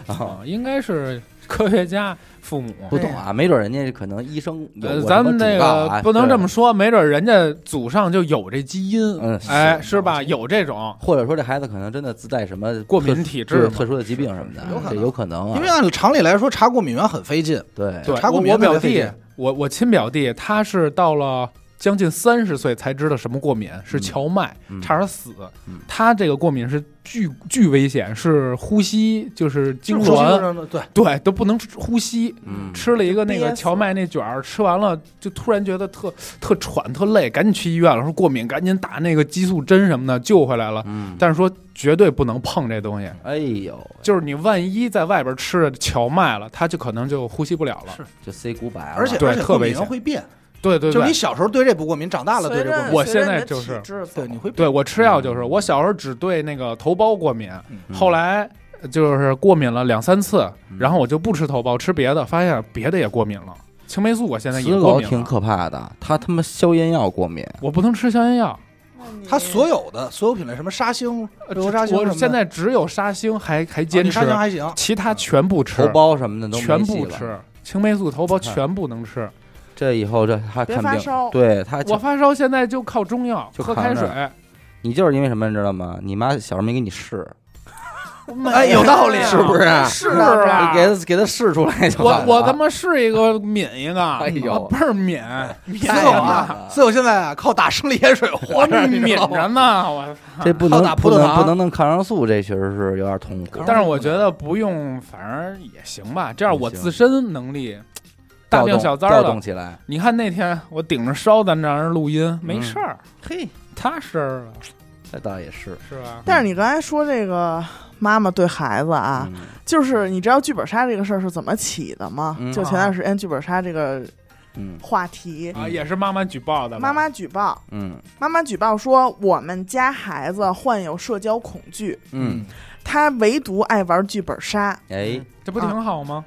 S1: 啊，
S4: 啊，应该是科学家父母。
S1: 不懂啊，没准人家可能医生有
S4: 呃，
S1: 过
S4: 咱
S1: 什么
S4: 们那
S1: 警告啊
S4: 个不能这么，说，没准人家祖上就有这基因，
S1: 嗯
S4: 哎，
S1: 是
S4: 是吧？有这种
S1: 对或者说这孩子可能真的自带什么
S4: 过敏
S1: 特
S4: 体
S1: 质
S4: 质嘛，
S1: 特殊的疾病什么的这
S2: 是有可，能
S1: 有可能啊。
S2: 因为按常理来说，查过敏源很费劲，
S1: 对
S4: 对，
S2: 查过
S4: 我
S2: 敏
S4: 我
S2: 源
S4: 表
S2: 才费
S4: 弟
S2: 劲，
S4: 我我亲表弟，他是到了将近三十岁才知道什么过敏，是荞麦，
S1: 嗯
S4: 差点死
S1: 嗯。
S4: 他这个过敏是巨巨危险，是呼吸就是痉
S2: 就是说
S4: 挛，
S2: 就是对，
S4: 对，都不能呼吸。
S1: 嗯
S4: 吃了一个那
S3: 憋
S4: 个
S3: 死
S4: 荞麦那卷儿，吃完了就突然觉得特特喘特累，赶紧去医院了，说过敏，赶紧打那个激素针什么的救回来了。
S1: 嗯，
S4: 但是说绝对不能碰这东西，
S1: 哎呦，
S4: 就是你万一在外边吃了荞麦了，他就可能就呼吸不了了。
S2: 是
S1: 就 say goodbye 了。
S2: 而且
S4: 对
S2: 而且
S4: 特
S2: 过
S4: 危
S2: 敏源
S4: 险
S2: 会变，
S4: 对对对，
S2: 就是你小时候对这不过敏，长大了对
S3: 随
S2: 这过
S3: 着
S2: 敏，
S4: 我现
S3: 随着
S4: 在
S3: 你的
S4: 就是
S3: 体质
S2: 对
S3: 走
S2: 你会
S4: 对我吃药就是，我小时候只对那个头孢过敏，
S1: 嗯
S4: 后来就是过敏了两三次，
S1: 嗯
S4: 然后我就不吃头孢，吃别的，发现别的也过敏了。青霉素我现在
S1: 死
S4: 也过
S1: 老
S4: 敏
S1: 挺
S4: 了，
S1: 可怕的，他他妈消炎药过敏，
S4: 我不能吃消炎药，
S3: 那你
S2: 它嗯所有的所有品类，什么沙星、
S4: 呃
S2: 流沙星什么
S4: 我
S2: 的，
S4: 现在只有沙星还还坚
S2: 啊
S4: 持
S2: 你，沙星还行，
S4: 其他全
S1: 头
S4: 部吃，
S1: 孢什么的都没
S4: 全
S1: 戏
S4: 不
S1: 了。
S4: 吃。青霉素、头孢全部能吃。
S1: 这以后这他
S3: 别
S1: 看
S3: 发
S1: 病
S3: 烧，
S1: 对他
S4: 我发烧现在就靠中药，
S1: 哎就
S4: 喝
S1: 扛
S4: 开
S1: 着
S4: 水。
S1: 你就是因为什么你知道吗？你妈小时候没给你试，
S2: 哎，有道理，
S1: 是不是？
S3: 是的，
S4: 啊
S1: 你给他给他试出来就好
S4: 我
S1: 了
S4: 我他妈试一个抿一个，
S1: 哎呦哎
S4: 我倍儿抿，
S2: 所
S4: 抿
S2: 以
S1: 太
S2: 我
S1: 好
S4: 啊，
S2: 啊，所以我现在啊靠打生理盐水活
S4: 我
S2: 着，你知
S4: 抿 *laughs*
S2: 道吗
S4: 着
S1: 哎
S4: 呢，我
S1: 这不
S2: 靠
S1: 能
S2: 打
S1: 不
S2: 葡萄
S1: 能
S2: 糖
S1: 不能弄抗生素，这确实是有点痛苦。
S4: 啊但是我觉得不用，反正也行吧。这样我
S1: 也行
S4: 自身能力，大
S1: 调
S4: 病
S1: 动
S4: 小灾
S1: 调动
S4: 了。
S1: 起来，
S4: 你看那天我顶着烧在那儿录音，没事儿，
S1: 嘿，
S4: 踏实了，
S1: 这倒也是
S4: 是吧？
S3: 但是你刚才说这个妈妈对孩子啊，，
S1: 嗯
S3: 就是你知道剧本杀这个事儿是怎么起的吗？
S1: 嗯
S3: 就前段时间剧本杀这个
S1: 嗯
S3: 话题，
S4: 啊，也是妈妈举报的吧。
S3: 妈妈举报，
S1: 嗯
S3: 妈妈举报说我们家孩子患有社交恐惧，
S1: 嗯，，
S3: 他唯独爱玩剧本杀。
S4: 嗯
S1: 哎，
S4: 这不挺好吗？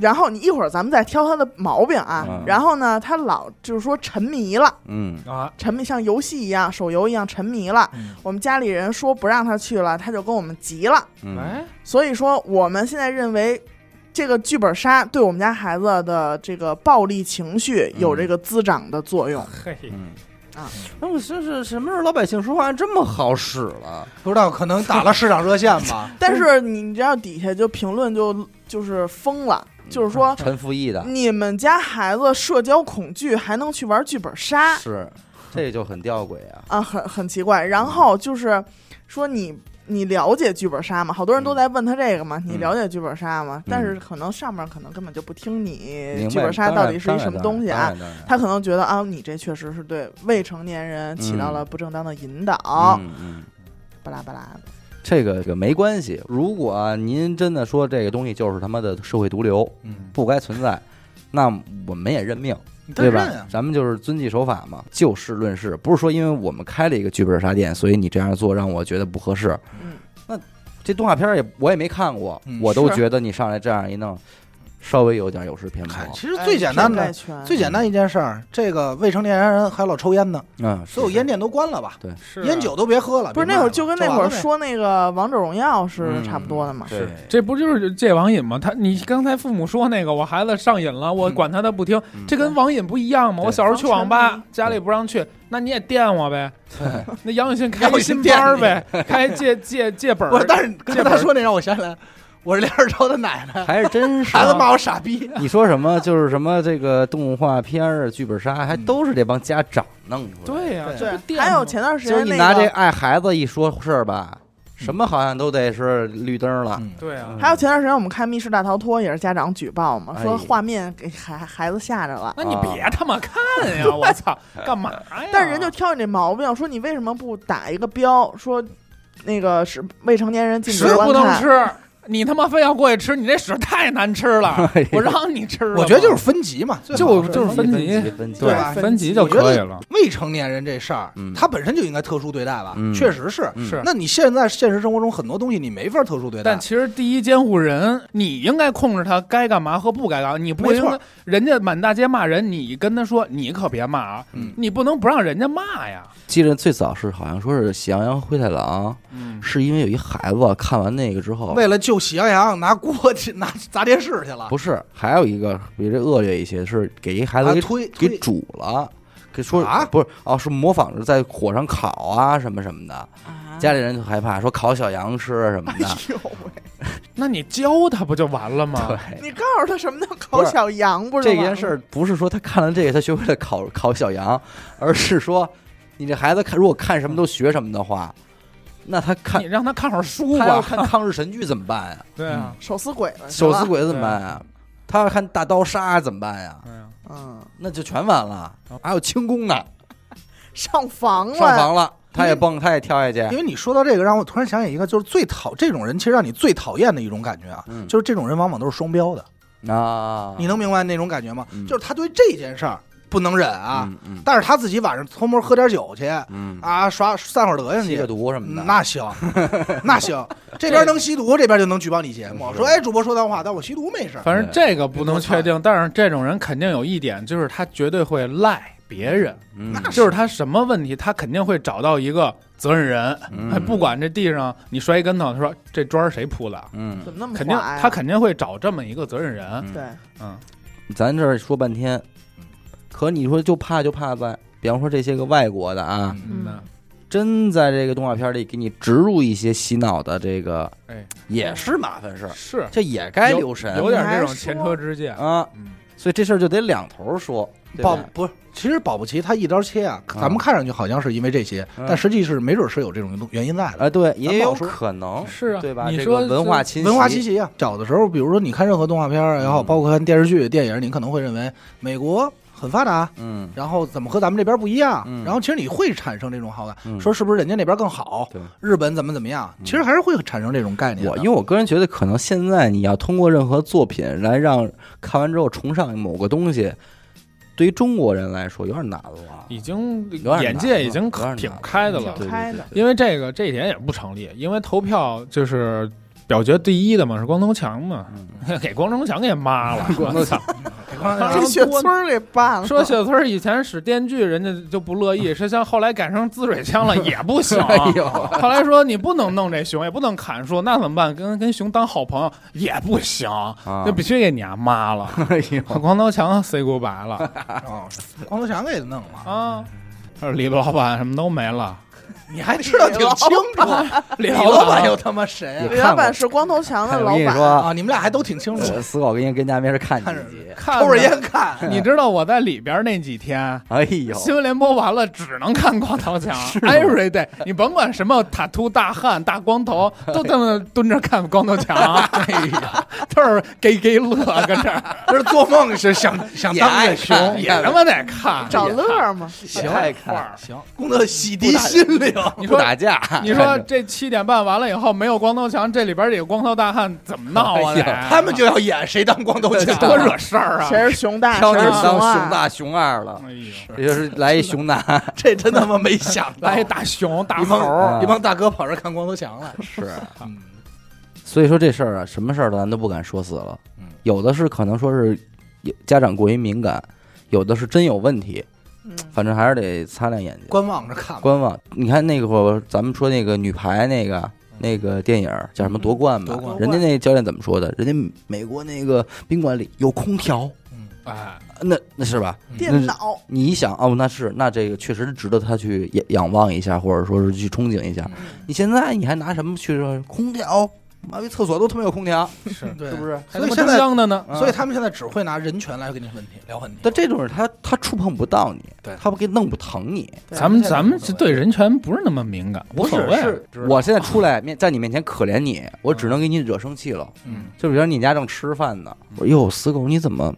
S3: 然后你一会儿咱们再挑他的毛病啊。
S1: 嗯
S3: 然后呢，他老就是说沉迷了，
S1: 嗯
S4: 啊，
S3: 沉迷像游戏一样，手游一样沉迷了。
S2: 嗯
S3: 我们家里人说不让他去了，他就跟我们急了。
S1: 嗯，
S4: 哎，
S3: 所以说，我们现在认为这个剧本杀对我们家孩子的这个暴力情绪有这个滋长的作用。
S4: 嘿，
S1: 嗯
S3: 啊，
S1: 那我这是什么时候老百姓说话这么好使了？
S2: 不知道可能打了市场热线吧，
S3: *laughs* 但是你你知道底下就评论就就是疯了，就是
S1: *laughs*
S3: 说。
S1: 陈复义的
S3: 你们家孩子社交恐惧，还能去玩剧本杀
S1: 是，这就很吊诡啊。
S3: 啊？很很奇怪。然后就是说你你了解剧本杀吗？好多
S1: 嗯
S3: 人都在问他这个嘛，你了解剧本杀吗？但是可能上面可能根本就不听你
S1: 明
S3: 呃剧
S1: 白
S3: 本杀
S1: 当然
S3: 到底是一
S1: 当然
S3: 什么
S1: 当然
S3: 东西
S1: 当？
S3: 啊
S1: 然当然
S3: 他可能觉得啊，你这确实是对未成年人起到了不正当的引导，
S1: 嗯嗯。
S3: 巴拉巴拉的。
S1: 这个这个没关系。如果、您真的说这个东西就是他妈的社会毒瘤，
S2: 嗯，
S1: 不该存在，那我们也认命，
S2: 你得
S1: 对
S2: 认
S1: 吧？
S2: 啊，
S1: 咱们就是遵纪守法嘛，就事论事，不是说因为我们开了一个剧本杀店，所以你这样做让我觉得不合适。
S3: 嗯，
S1: 这动画片儿也我也没看过，
S2: 嗯
S1: 我都
S3: 是
S1: 觉得你上来这样一弄，稍微有点有失偏颇嗯
S2: 嗨，。其实最简单
S3: 哎
S2: 的
S3: 偏、概全
S2: 最简单一件事儿，这个未成年人还老抽烟呢，
S1: 嗯，
S2: 所有
S1: 是
S2: 烟店都关了吧，
S4: 是啊
S2: 烟酒都别喝了。
S3: 不是
S2: 别
S3: 那
S2: 卖
S3: 会儿
S2: 了
S3: 就跟那会儿，
S2: 完了呗
S3: 说那个王者荣耀是差不多的嘛。
S1: 嗯对
S4: 是，这不就是戒网瘾吗？他你刚才父母说那个，我孩子上瘾了，我管他他不听，
S1: 嗯
S4: 这跟网瘾不一样吗？
S1: 对
S4: 我小时候去
S3: 防沉
S4: 网吧
S3: 迷，
S4: 家里不让去，那你也电我呗。那杨永信开
S2: 杨
S4: 个
S2: 永
S4: 新
S2: 信
S4: 班儿呗，开戒戒戒本
S2: 不是，
S4: 儿。
S2: 但是刚才他说那让我想起来，我是连着抽他奶奶，
S1: 还是啊真是
S2: 孩子骂我傻逼。
S1: 你说什么就是什么这个动画片儿、啊剧本杀，还都是这帮家长弄出来的。
S4: 对呀、
S2: 对
S4: 这不电
S3: 啊还
S4: 吗
S3: 有前段时
S1: 今儿
S3: 间
S1: 你
S3: 那
S1: 拿这
S3: 个，
S1: 爱孩子一说事儿吧，什么好像都得是绿灯了。
S2: 嗯
S4: 对啊，
S3: 还有前段时间我们看《密室大逃脱》也是家长举报嘛，
S1: 哎
S3: 说画面给孩孩子吓着了。
S4: 那你别他妈看呀！我操，干嘛
S1: 啊
S4: 呀？
S3: 但是人就挑你这毛病，说你为什么不打一个标，说那个是未成年人禁止
S4: 屎
S3: 观
S4: 不能
S3: 看？
S4: 吃，你他妈非要过去吃，你这屎太难
S1: *laughs*
S4: 吃了
S1: 哎呀，
S4: 我让你吃了吧。
S2: 我觉得就是分级嘛，最好
S4: 就就是分级
S1: 分级，
S2: 对吧
S4: 分级就
S2: 我觉
S4: 可以
S2: 得
S4: 了。
S2: 未成年人这事儿
S1: 嗯，
S2: 他本身就应该特殊对待吧
S1: 嗯，
S2: 确实是。
S1: 嗯
S4: 是
S2: 那你现在现实生活中很多东西你没法特殊对待
S4: 但，其实第一监护人，你应该控制他该干嘛和不该干嘛。你不
S2: 没
S4: 应
S2: 错
S4: 该，人家满大街骂人，你跟他说你可别骂啊，
S2: 嗯
S4: 你不能不让人家骂呀。
S1: 记得最早是好像说是《喜羊羊灰太狼》，
S4: 嗯，
S1: 是因为有一孩子看完那个之后，
S2: 为了救喜羊羊，拿锅去拿砸电视去了，
S1: 不是还有一个比这恶劣一些，是给一孩子
S2: 啊
S1: 给
S2: 推
S1: 给
S2: 推
S1: 煮了。给说
S2: 啊
S1: 不是哦，是模仿着在火上烤啊什么什么的，家里人就害怕说烤小羊吃什么
S3: 哎
S1: 的。
S3: 呦喂！
S4: 那你教他不就完了吗？
S1: 对，
S3: 你告诉他什么叫烤小羊，不是啊
S1: 这
S3: 吗
S1: 件事儿不是说他看了这个他学会了烤烤小羊，而是说你这孩子看如果看什么都学什么的话，那他看
S4: 你啊让他看会儿书
S1: 他要
S4: 吧。
S1: 看抗日神剧怎么办呀、
S4: 对啊，
S3: 手撕鬼了，
S1: 手撕
S3: 是吧，
S1: 鬼子怎么办呀、他要看大刀杀怎么办呀、
S4: 对啊，
S3: 嗯，
S1: 那就全完了。还有轻功呢，
S3: 上房了，
S1: 上房了，他
S2: 嗯
S1: 也蹦，他也跳下去
S2: 因。为你说到这个，让我突然想起一个，就是最讨这种人，其实让你最讨厌的一种感觉啊，
S1: 嗯
S2: 就是这种人往往都是双标的，
S1: 啊，
S2: 你能明白那种感觉吗？
S1: 嗯
S2: 就是他对这件事儿不能忍啊，
S1: 嗯嗯
S2: 但是他自己晚上偷摸喝点酒去
S1: 嗯，
S2: 啊，耍散会儿德行
S1: 吸
S2: 去
S1: 个，毒什么的，
S2: 那行，那
S1: *laughs*
S2: 行，这边能吸毒，这边就能举报你节目，
S1: 嗯是
S2: 说哎，主播说脏话，但我吸毒没事儿。
S4: 反正这个不能确定，但是这种人肯定有一点，就是他绝对会赖别人，
S1: 嗯
S2: 那
S4: 就是他什么问题，他肯定会找到一个责任人。哎，
S1: 嗯
S4: 不管这地上你摔一跟头，他说这砖儿谁铺的啊？
S1: 嗯
S3: 怎么那么
S4: 肯定
S3: 滑呀
S4: 他肯定会找这么一个责任人。
S1: 嗯
S3: 对，
S4: 嗯，
S1: 咱这儿说半天
S2: 嗯，
S1: 可你说就怕就怕在，比方说这些个外国的啊，
S2: 嗯
S3: 嗯
S4: 那
S1: 真在这个动画片里给你植入一些洗脑的这个，
S4: 哎
S1: 也是麻烦事儿，
S4: 是
S1: 这也该留神
S4: 有点
S3: 嗯你
S4: 这
S3: 还
S4: 种
S3: 说
S4: 前车之鉴。
S1: 啊。
S4: 嗯，
S1: 所以这事儿就得两头说，对
S2: 保
S1: 吧
S2: 不是，其实保不齐他一刀切啊，
S1: 啊
S2: 咱们看上去好像是因为这些，
S1: 嗯
S2: 但实际是没准是有这种原因在的。
S1: 啊，对，也有
S2: 咱不好说
S1: 可能
S4: 是啊
S1: 哦对吧？
S4: 你
S1: 这
S4: 说
S1: 个文化侵
S2: 文化侵袭啊！小的时候，比如说你看任何动画片儿也好，
S1: 嗯
S2: 包括看电视剧、电影，你可能会认为美国很发达，
S1: 嗯，
S2: 然后怎么和咱们这边不一样？
S1: 嗯
S2: 然后其实你会产生这种好感，
S1: 嗯
S2: 说是不是人家那边更好？
S1: 对
S2: 日本怎么怎么样？
S1: 嗯
S2: 其实还是会产生这种概念的。
S1: 我 *laughs* 因为我个人觉得，可能现在你要通过任何作品来让看完之后崇尚某个东西，对于中国人来说有点难了。
S4: 已经
S1: 点难
S4: 眼界已
S1: 有
S4: 经
S1: 点难嗯
S4: 挺开的
S1: 对
S4: 了
S1: 对，
S3: 挺开的，
S4: 因为这个这一点也不成立，因为投票就是表决第一的嘛，是光头强嘛，
S1: 嗯
S4: *laughs* 给光头强给骂了。我操！
S3: 这雪村儿给办了，
S4: 说雪村以前使电锯，人家就不乐意；说像后来改成滋水枪了，也不行。
S1: 哎呦，
S4: 后来说你不能弄这熊，也不能砍树，那怎么办？跟跟熊当好朋友也不行，
S1: 啊
S4: 那必须给你啊妈了。
S1: *laughs* 哎呦，
S3: *laughs*
S4: 光头强 say goodbye 了
S2: 啊，光头强给弄了，
S4: 啊！他说李老板什么都没了，
S2: 你还知道挺清楚。
S4: 李
S2: 李老板又他妈谁
S1: 也
S2: 啊
S3: 李老板是光头强的
S1: 看
S3: 老
S1: 我跟你
S3: 板，
S1: 说，
S2: 啊？你们俩还都挺清楚，
S1: 呃死狗跟人跟家没事看
S2: 看着
S1: 几集，
S4: 看
S2: 抽着烟看。
S4: 你知道我在里边那几天，
S1: 哎呦，
S4: 新闻联播完了只能看光头强，every day，你甭管什么塔秃大汉、大光头，都这么蹲着看光头强，哎呀，都是给给乐跟这儿，
S2: 这是做梦是想 *laughs* 想当个熊，
S4: 也他妈得看。
S3: 找乐儿嘛，
S1: 行
S4: 画儿
S2: 行，功德洗涤心灵。
S4: 你
S1: 不
S4: 说
S1: 打架，
S4: 你说这七点半完了以后没有光头强，这里边这个光头大汉怎么闹啊？
S1: 哎呀
S4: 得
S2: 他们就要演谁当光头 *laughs* 强，
S4: 多惹事儿啊！
S3: 谁是熊大，
S1: 挑你
S3: 谁
S1: 们
S3: 是
S1: 当
S3: 二，
S1: 熊大熊二了，
S4: 哎呦，
S1: 也就是来一熊男
S2: 这真他妈没想到。
S4: 来一大熊大
S2: 一
S4: 猴儿，
S1: 啊
S2: 帮一帮大哥跑这看光头强来。
S1: *laughs* 是。
S2: 嗯
S1: 所以说这事儿啊，什么事儿咱都不敢说死了。
S2: 嗯，
S1: 有的是可能说是有家长过于敏感，有的是真有问题，
S3: 嗯，
S1: 反正还是得擦亮眼睛。
S2: 观望着看吧。
S1: 观望，你看那会儿咱们说那个女排那个那个电影儿叫什么夺冠吧
S2: 嗯夺？冠
S1: 人家那教练怎么说的？人家美国那个宾馆里有空调，
S2: 嗯，
S4: 哎，
S1: 那那是吧？
S3: 电脑
S1: 你一想哦，那是那这个确实值得他去仰仰望一下，或者说是去憧憬一下。
S2: 嗯
S1: 你现在你还拿什么去说空调？妈逼，厕所都他妈有空调，
S4: 是，
S2: 嗯对
S1: 是不？是？
S4: 还
S2: 所
S4: 他
S2: 以
S4: 妈
S2: 现
S4: 真
S2: 在，
S4: 脏的呢，
S1: 嗯
S2: 所以他们现在只会拿人权来跟你问题聊问题。
S1: 但这种人他他触碰不到你，
S2: 对
S1: 他不给弄不疼你。
S3: 对
S4: 咱们
S2: 现在
S4: 咱们
S2: 无所
S4: 这
S2: 谓
S4: 对人权不是那么敏感，无
S1: 不
S4: 所
S1: 是，
S4: 谓。啊
S1: 是我现在出来面在你面前可怜你，我只能给你惹生气了。
S2: 嗯，
S1: 就比如你家正吃饭呢，我说哟死狗你怎么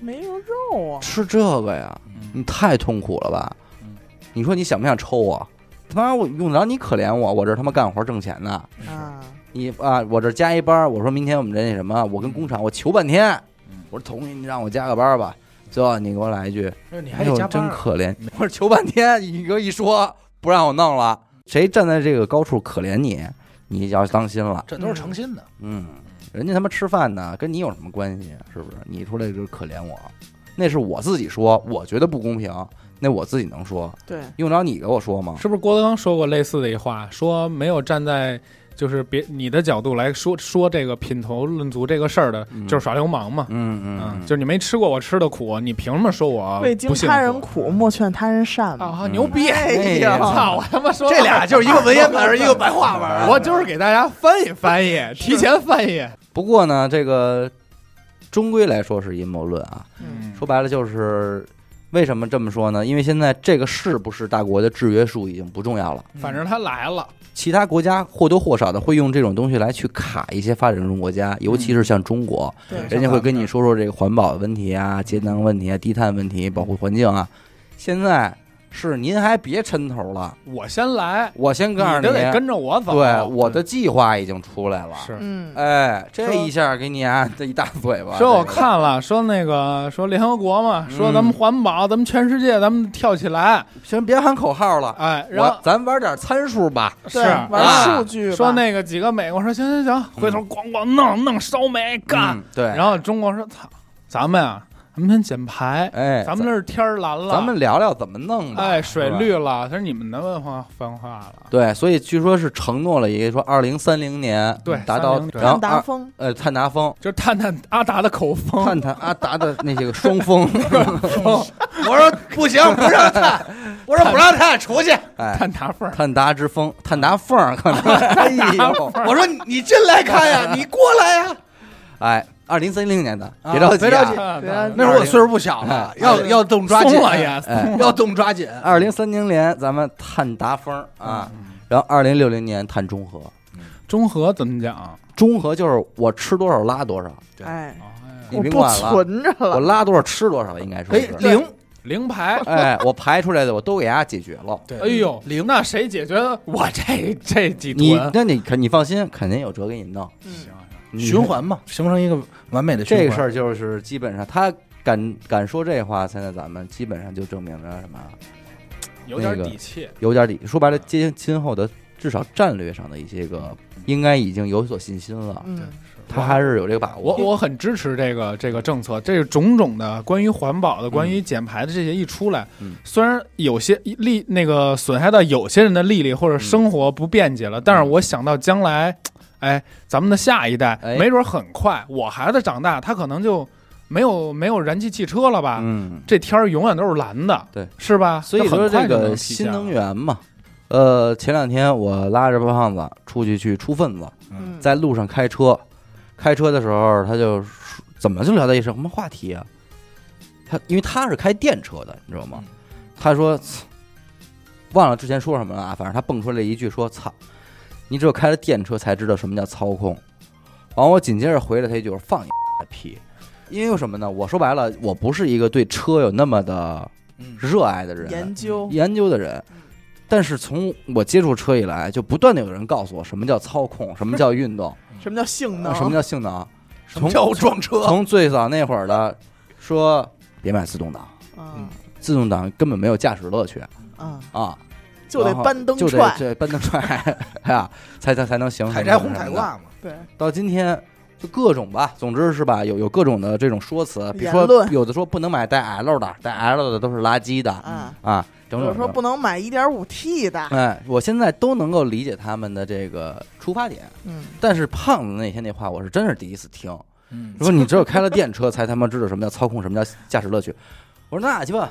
S3: 没有肉啊，
S1: 吃这个呀？你太痛苦了吧
S2: 嗯？
S1: 你说你想不想抽我？他妈我用得着你可怜我？我这他妈干活挣钱呢。
S3: 啊，
S1: 你啊，我这加一班儿，我说明天我们这那什么，我跟工厂我求半天
S2: 嗯，
S1: 我说同意你让我加个班儿吧。最后你给我来一句，
S2: 那你还
S1: 哎
S2: 得
S1: 呦
S2: 加班啊
S1: 真
S2: 儿。
S1: 可怜，我说求半天，你给我一说不让我弄了，谁站在这个高处可怜你，你要当心了。
S2: 这都是诚心的，
S1: 嗯，人家他妈吃饭呢，跟你有什么关系？啊是不是？你出来就是可怜我，那是我自己说，我觉得不公平，那我自己能说，
S3: 对，
S1: 用着你给我说吗？
S4: 是不是郭德纲说过类似的一话？说没有站在就是别你的角度来说说这个品头论足这个事儿的，
S1: 嗯
S4: 就是耍流氓嘛。啊
S1: 嗯
S2: 啊
S1: 嗯，
S4: 就是你没吃过我吃的苦，你凭什么说我
S3: *laughs* 未经
S4: 啊不幸
S3: 他人
S4: 福
S3: 苦，莫劝他人善嘛。
S4: 啊？牛逼！
S3: 哎
S1: 呀
S4: *laughs* 操！我他妈说
S2: 这俩就是一个文言文，一个白话
S1: 啊
S4: *laughs*
S2: 文。
S4: 我就是给大家翻译翻译，提前翻译。
S1: 不过呢，这个终归来说是阴谋论啊。
S3: 嗯，
S1: 说白了就是，为什么这么说呢？因为现在这个是不是大国的制约数已经不重要了，
S4: 反正他来了，
S1: 其他国家或多或少的会用这种东西来去卡一些发展中国
S4: 嗯
S1: 家，尤其是像中国，
S3: 对
S1: 人家会跟你说说这个环保问题啊、节能问题啊、低碳问题、保护环境啊。现在是您还别抻头了，
S4: 我先来，
S1: 我先
S4: 你
S1: 告诉
S4: 就得跟着我走。
S1: 对我的计划已经出来了。
S4: 是。
S3: 嗯，
S1: 哎，这一下给你啊，这一大嘴巴。
S4: 说
S1: 这个
S4: 我看了，说那个说联合国嘛，说咱们环保，咱们全世界咱们跳起来，
S1: 行，别喊口号了，
S4: 哎，然后
S1: 我咱玩点参数吧。
S4: 是
S3: 对，玩
S1: 啊
S3: 数据吧，
S4: 说那个几个美国说行行行，回头咣咣弄弄烧煤干
S1: 嗯，，对，
S4: 然后中国说操，咱们啊，咱们先减排，
S1: 哎，
S4: 咱们这是天儿蓝了，
S1: 咱们聊聊怎么弄吧。
S4: 哎水
S1: 是吧
S4: 绿了，这是你们的文化分化了，
S1: 对，所以据说是承诺了一个说二零三零年
S4: 对
S1: 达到
S4: 30，
S1: 然后
S3: 碳达
S1: 二
S3: 峰，
S1: 呃碳达峰，
S4: 就是探探阿达的口风，
S1: 探探阿达的那些个双
S2: *laughs*
S1: 峰，
S2: 我说不行，不让看，我说不让看，出去。
S1: 哎，
S4: 探达缝儿，
S1: 碳达之风，碳达缝儿，可能哎呦，
S2: 我说你进来看呀，你过来呀。
S1: 哎，二零三零年的，
S2: 啊
S1: 别着急啊，
S2: 别着急
S3: 对啊
S2: 那会儿我岁数不小了，要要动抓紧
S4: 松了呀，
S1: 哎，
S2: *laughs* 要动抓紧。
S1: 二零三零年咱们碳达峰儿啊，
S2: 嗯
S1: 然后二零六零年碳中和，
S4: 中和怎么讲？
S1: 中和就是我吃多少拉多少，
S2: 对
S3: 哎，
S4: 哎
S1: 你
S3: 我
S1: 别
S3: 不
S1: 管了，
S3: 存着
S1: 我
S3: 了，
S1: 拉多少吃多少，应该说
S2: 哎，
S1: 是，
S2: 零，
S4: 零排。
S1: 哎，我排出来的我都给大家解决了。
S2: 对
S4: 哎呦，
S2: 零
S4: 那谁解决我这这几
S1: 你
S2: 啊
S4: 吨？
S1: 那你肯你放心，肯定有辙给你弄。
S3: 嗯，
S1: 你
S2: 循环嘛，形成一个完美的循
S1: 这
S2: 环。
S1: 个事儿就是基本上他敢敢说这话，现在咱们基本上就证明了什么，
S4: 有点
S1: 那个
S4: 底气。
S1: 有点底。说白了，接近今后的至少战略上的一些个，应该已经有所信心了。
S3: 嗯，
S1: 他还是有这个把
S4: 我
S1: 握。
S4: 我很支持这个这个政策，这种种的关于环保的、关于减排的这些一出来，
S1: 嗯
S4: 虽然有些利那个损害到有些人的利益或者生活不便捷了，但是我想到将来，哎，咱们的下一代，
S1: 哎
S4: 没准很快我孩子长大，他可能就没有没有燃气汽车了吧？
S1: 嗯，
S4: 这天儿永远都是蓝的，
S1: 对，
S4: 是吧？
S1: 所以
S4: 啊很
S1: 说
S4: 快
S1: 这
S4: 就
S1: 个
S4: 能体
S1: 新
S4: 现
S1: 能
S4: 了
S1: 源嘛，呃，前两天我拉着胖子出去去出分子，
S3: 嗯
S1: 在路上开车，开车的时候他就说怎么就聊到一什么话题啊？他因为他是开电车的，你知道吗？他说操忘了之前说什么了啊，反正他蹦出来一句说：“操，你只有开了电车才知道什么叫操控。”完，我紧接着回了他一句：“我说放你的屁！”因为什么呢？我说白了，我不是一个对车有那么的
S2: 嗯
S1: 热爱的人，
S3: 研究，
S1: 研究的人。但是从我接触车以来，就不断的有人告诉我什么叫操控，什么叫运动，
S3: 什么叫性
S1: 啊
S3: 能？
S1: 什么叫性能。
S2: 什么叫撞车？
S1: 从最早那会儿的说别买自动挡，
S3: 嗯
S1: 自动挡根本没有驾驶乐趣
S3: 嗯，
S1: 啊，
S3: 就得
S1: 然后
S3: 搬蹬
S1: 就得 *laughs*
S3: 踹，
S1: 这搬蹬踹啊哎呀，才才才能行。嗯
S2: 采摘红采，挂嘛，
S3: 对，
S1: 到今天就各种吧，总之是吧，有有各种的这种说辞，比如
S3: 言
S1: 说
S3: 论
S1: 有的说不能买带 L 的，带 L 的都是垃圾的
S3: 嗯，
S1: 啊，整
S3: 有
S1: 种
S3: 时候
S1: 的
S3: 不能买一点五 T 的，
S1: 哎，我现在都能够理解他们的这个出发点，
S3: 嗯，
S1: 但是胖子那天那话我是真是第一次听，
S4: 嗯，
S1: 说你只有开了电车才他妈知道什么叫操控，什么叫驾驶乐趣。我说那鸡巴，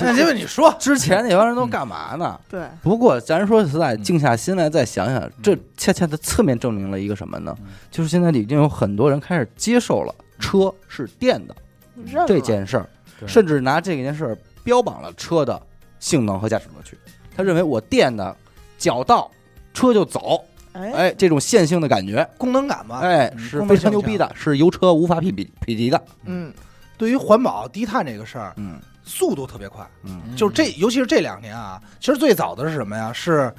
S2: 那因为你说
S1: 之前那帮人都干嘛呢？
S3: 对，
S1: 不过咱说实在，静下心来再想想，这
S4: 嗯
S1: 恰恰的侧面证明了一个什么呢
S4: 嗯？
S1: 就是现在已经有很多人开始接受了车是电的
S3: 认了
S1: 嗯这件事儿，
S4: 对
S1: 甚至拿这件事儿标榜了车的性能和驾驶乐趣。他认为我电的脚到车就走，
S3: 哎，
S1: 哎，这种线性的感觉，
S2: 功能感嘛，
S1: 哎，
S2: 嗯
S1: 是
S2: 功能
S1: 非常
S2: 性
S1: 牛逼的，是油车无法匹比匹敌的。
S3: 嗯，
S1: *laughs*
S2: 对于环保低碳这个事儿，
S1: 嗯
S2: 速度特别快，
S1: 嗯
S2: 就是这，尤其是这两年啊，其实最早的是什么呀？是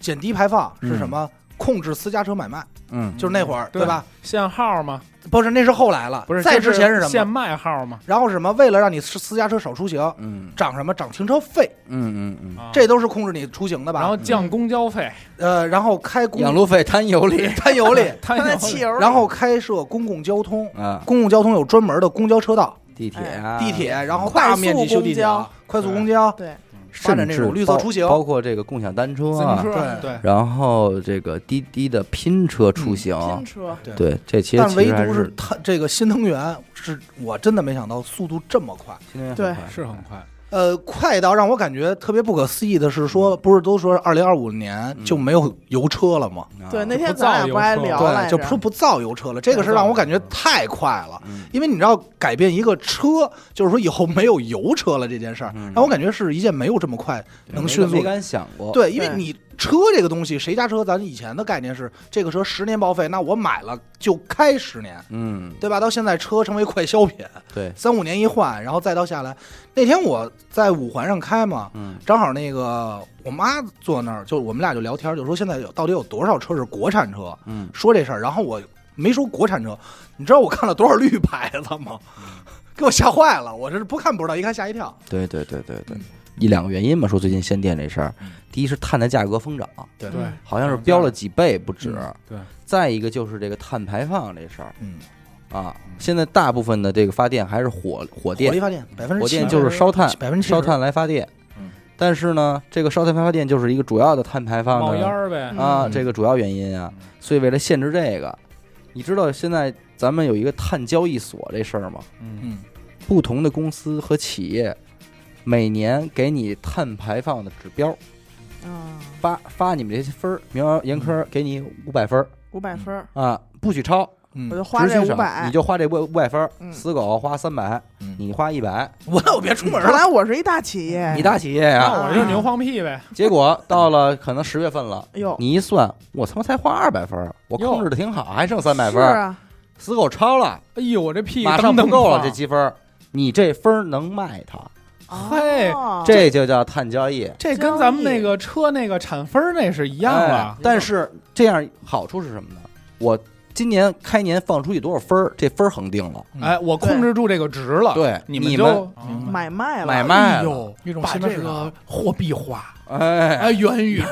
S2: 减低排放，是什么？控制私家车买卖，
S1: 嗯
S2: 就是那会儿，
S4: 对
S2: 吧？
S4: 限号嘛，
S2: 不是，那是后来了，
S4: 不是
S2: 再
S4: 就
S2: 之前是什
S4: 限
S2: 么？
S4: 卖号嘛？
S2: 然后什么？为了让你私私家车少出行，
S1: 嗯
S2: 涨什么？涨停车费，
S1: 嗯嗯嗯，
S4: 啊
S2: 这都是控制你出行的吧？
S4: 然后降公交费，
S2: 呃，然后开公
S1: 养路费摊油里
S2: 摊油
S4: *laughs*
S2: 里，
S4: 他
S3: 放在
S4: 有
S3: 汽油里，
S2: 然后开设公共交通，
S1: 啊，
S2: 公共交通有专门的公交车道、
S1: 地铁
S3: 哎
S1: 啊，
S2: 地铁，然后
S3: 快
S2: 大面积
S3: 速
S2: 修
S3: 公
S2: 地
S3: 交
S2: 铁、啊快速公交，
S3: 对，
S1: 甚
S2: 发展这
S1: 至
S2: 种绿色
S1: 包
S2: 出行
S1: 包括这个共享单车
S4: 自
S1: 啊
S4: 行，车，
S2: 对
S4: 对，
S1: 然后这个滴滴的拼车出行，
S3: 拼车，
S1: 对，这其实
S2: 嗯但
S1: 其
S2: 唯
S1: 实还
S2: 独是
S1: 是
S2: 它这个新能源，是我真的没想到速度这么快。
S1: 新能源
S3: 对
S1: 很快
S4: 是很快，
S2: 呃，快到让我感觉特别不可思议的是说，不是都说二零二五年就没有油车了吗？
S1: 啊
S3: 对，那
S4: 不
S3: 天
S4: 造
S3: 咱俩
S4: 油
S3: 不还
S4: 车
S3: 聊
S4: 嗯
S3: 来
S2: 对，
S3: 着？
S2: 就说不造油车了，这个是让我感觉太快了
S1: 嗯。
S2: 因为你知道，改变一个车，就是说以后没有油车了这件事儿
S1: 嗯，哦
S2: 让我感觉是一件没有这么快能
S1: 没
S2: 迅
S1: 没
S2: 速的。
S1: 敢想过，
S2: 对，因为
S3: 对
S2: 你车这个东西，谁家车？咱以前的概念是，这个车十年报废，那我买了就开十年，
S1: 嗯，
S2: 对吧？到现在车成为快消品，
S1: 对，
S2: 三五年一换，然后再到下来。那天我在五环上开嘛，
S1: 嗯
S2: 正好那个我妈坐那儿，就我们俩就聊天，就说现在有到底有多少车是国产车？
S1: 嗯，
S2: 说这事儿，然后我没说国产车，你知道我看了多少绿牌子吗？
S1: 嗯
S2: 给我吓坏了，我这是不看不知道，一看吓一跳。
S1: 对对对对对
S2: 嗯，
S1: 一两个原因嘛，说最近限电这事儿
S2: 嗯，
S1: 第一是碳的价格疯涨，
S2: 对
S4: 对
S1: 好像是飙了几倍不止，
S4: 嗯对，
S1: 再一个就是这个碳排放这事儿
S2: 嗯，
S1: 啊
S4: 嗯，
S1: 现在大部分的这个发电还是火火
S2: 火力
S1: 电，
S2: 发电嗯百分之
S1: 火
S2: 七
S1: 电就是烧炭，
S2: 百分之七
S1: 烧炭来发电
S4: 嗯。
S1: 但是呢，这个烧炭发电就是一个主要的碳排放
S4: 冒烟
S1: 的
S4: 儿嗯呗，
S1: 啊，
S2: 嗯
S1: 这个主要原因啊，所以为了限制这个，你知道现在咱们有一个碳交易所这事儿吗？
S4: 嗯，
S2: 嗯，
S1: 不同的公司和企业每年给你碳排放的指标，
S3: 嗯，
S1: 发发你们这些分儿，明儿严
S4: 嗯
S1: 科给你五百分儿
S3: 五百分儿，
S1: 啊，不许超，
S2: 嗯
S3: 我就花
S1: 只
S3: 这
S1: 许
S3: 五
S1: 少
S3: 百
S1: 你。就花这五五百分儿，
S3: 嗯
S1: 死狗花三百
S2: 嗯，
S1: 你花一百，
S2: 我我别出门
S1: *laughs*
S3: 看
S2: 了，
S3: 来我是一大企业，
S1: 你大企业呀、
S3: 哦
S4: 那我就牛放屁呗，
S1: 结果到了可能十月份了，
S3: 哟，
S1: 你一算，我他妈才花二百分儿，我控制的挺好，还剩三百分
S3: 是
S1: 儿，
S3: 啊，
S1: 死狗超了，
S4: 哎呦，我这屁股
S1: 马上
S4: 噔
S1: 不
S4: 噔
S1: 够了
S4: 晃
S1: 这积分儿，你这分儿能卖它，
S4: 嘿
S3: 哦
S1: 这就叫碳交易。
S4: 这跟咱们那个车那个产分儿那是一样啊
S1: 哎
S4: 了，
S1: 但是这样好处是什么呢？我今年开年放出去多少分儿，这分儿恒定了。
S2: 嗯
S4: 哎，我控制住这个值了，
S1: 对，
S4: 啊你
S1: 们
S4: 就
S2: 明白
S3: 买卖了，
S1: 买卖
S4: 哎
S1: 了，
S4: 呦，
S2: 一种
S4: 把
S2: 新的
S4: 这
S2: 市场
S4: 个货币化，
S1: 哎 *laughs*
S4: 哎，元宇宙，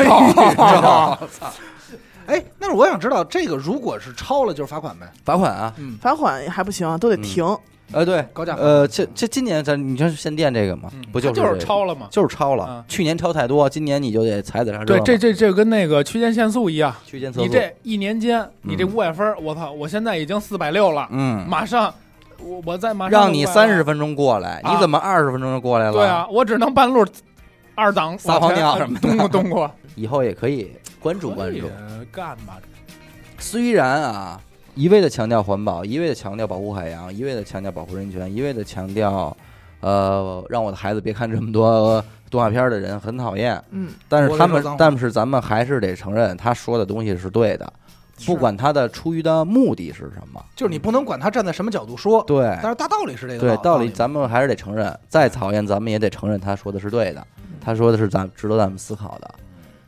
S2: 哎，那我想知道这个如果是超了就是罚款呗，
S1: 罚款啊！
S2: 嗯，
S3: 罚款还不行，都得停。
S4: 啊
S1: 呃，对，
S2: 高价款
S1: 呃，这这今年咱你像限电这个嘛，不
S4: 就
S1: 就是这个
S4: 超了吗？
S1: 就是超了
S4: 嗯，
S1: 去年超太多，今年你就得踩踩刹车
S4: 对
S1: 了。，
S4: 这这这跟那个区间限速一样，
S1: 区间测
S4: 你
S1: 速，
S4: 这一年间，你这五百分儿，我操，我现在已经四百六了，
S1: 嗯，
S4: 马上我我再马上
S1: 让你
S4: 500了
S1: 三十，分钟过来，
S4: 啊
S1: 你怎么二十分钟就过来了？
S4: 对，啊，我只能半路二档
S1: 撒泡尿什么的
S4: 动过动
S2: *laughs*
S4: 过，
S1: 以后也可以关注关注。
S2: 嗯
S4: 可以啊干吧，
S1: 虽然啊，一味的强调环保，一味的强调保护海洋，一味的强调保护人权，一味的强调，呃，让我的孩子别看这么多动画片的人很讨厌，
S3: 嗯，
S1: 但是他
S2: 我得
S1: 们
S2: 说脏话，
S1: 但是咱们还是得承认，他说的东西是对的，
S3: 是
S1: 不管他的出于的目的是什么，
S2: 就是你不能管他站在什么角度说，
S1: 对
S2: 但是大道理是这个
S1: 对，道理
S2: 理
S1: 咱们还是得承认，再讨厌咱们也得承认他说的是对的，
S2: 嗯
S1: 他说的是咱值得咱们思考的，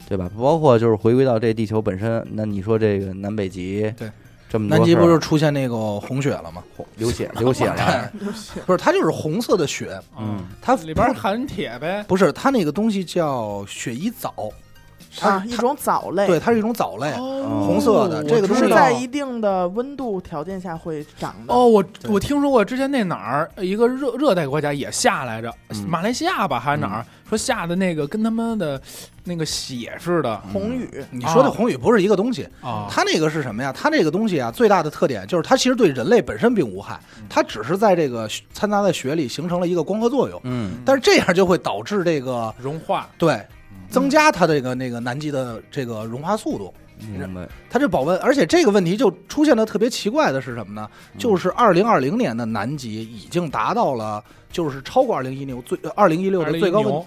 S1: 对吧？包括就是回归到这地球本身，那你说这个南北极，
S2: 对，
S1: 这么多
S2: 南极
S1: 事儿哎
S2: 不是出现那个红雪了吗？
S1: 流血流
S2: *laughs*
S1: 血了，
S2: 对不是，它就是红色的雪，
S1: 嗯
S2: 它
S4: 里边含铁呗，
S2: 不是它那个东西叫雪衣藻，它
S3: 啊，
S2: 是
S3: 一种藻类，
S2: 对，它是一种藻类，
S1: 哦
S2: 嗯红色的这个
S3: 只
S2: 东
S3: 是
S2: 西
S3: 在一定的温度条件下会长的。
S4: 哦，我
S2: 对
S4: 我听说过之前那哪儿一个热热带国家也下来着，
S1: 嗯
S4: 马来西亚吧还是哪儿、
S2: 嗯
S4: 说下的那个跟他们的那个血似的
S3: 红雨，
S2: 你说的
S4: 啊
S2: 红雨不是一个东西，
S4: 啊，
S2: 嗯它那个是什么呀？它这个东西啊，最大的特点就是它其实对人类本身并无害，它只是在这个掺杂在血里形成了一个光合作用，
S1: 嗯
S2: 但是这样就会导致这个
S4: 融化
S2: 对
S1: 嗯
S2: 增加它这个那个南极的这个融化速度。
S1: 明白，
S2: 它这保温，而且这个问题就出现的特别奇怪的是什么呢？
S1: 嗯
S2: 就是二零二零年的南极已经达到了，就是超过二零一六最二零一六的最高温
S4: 牛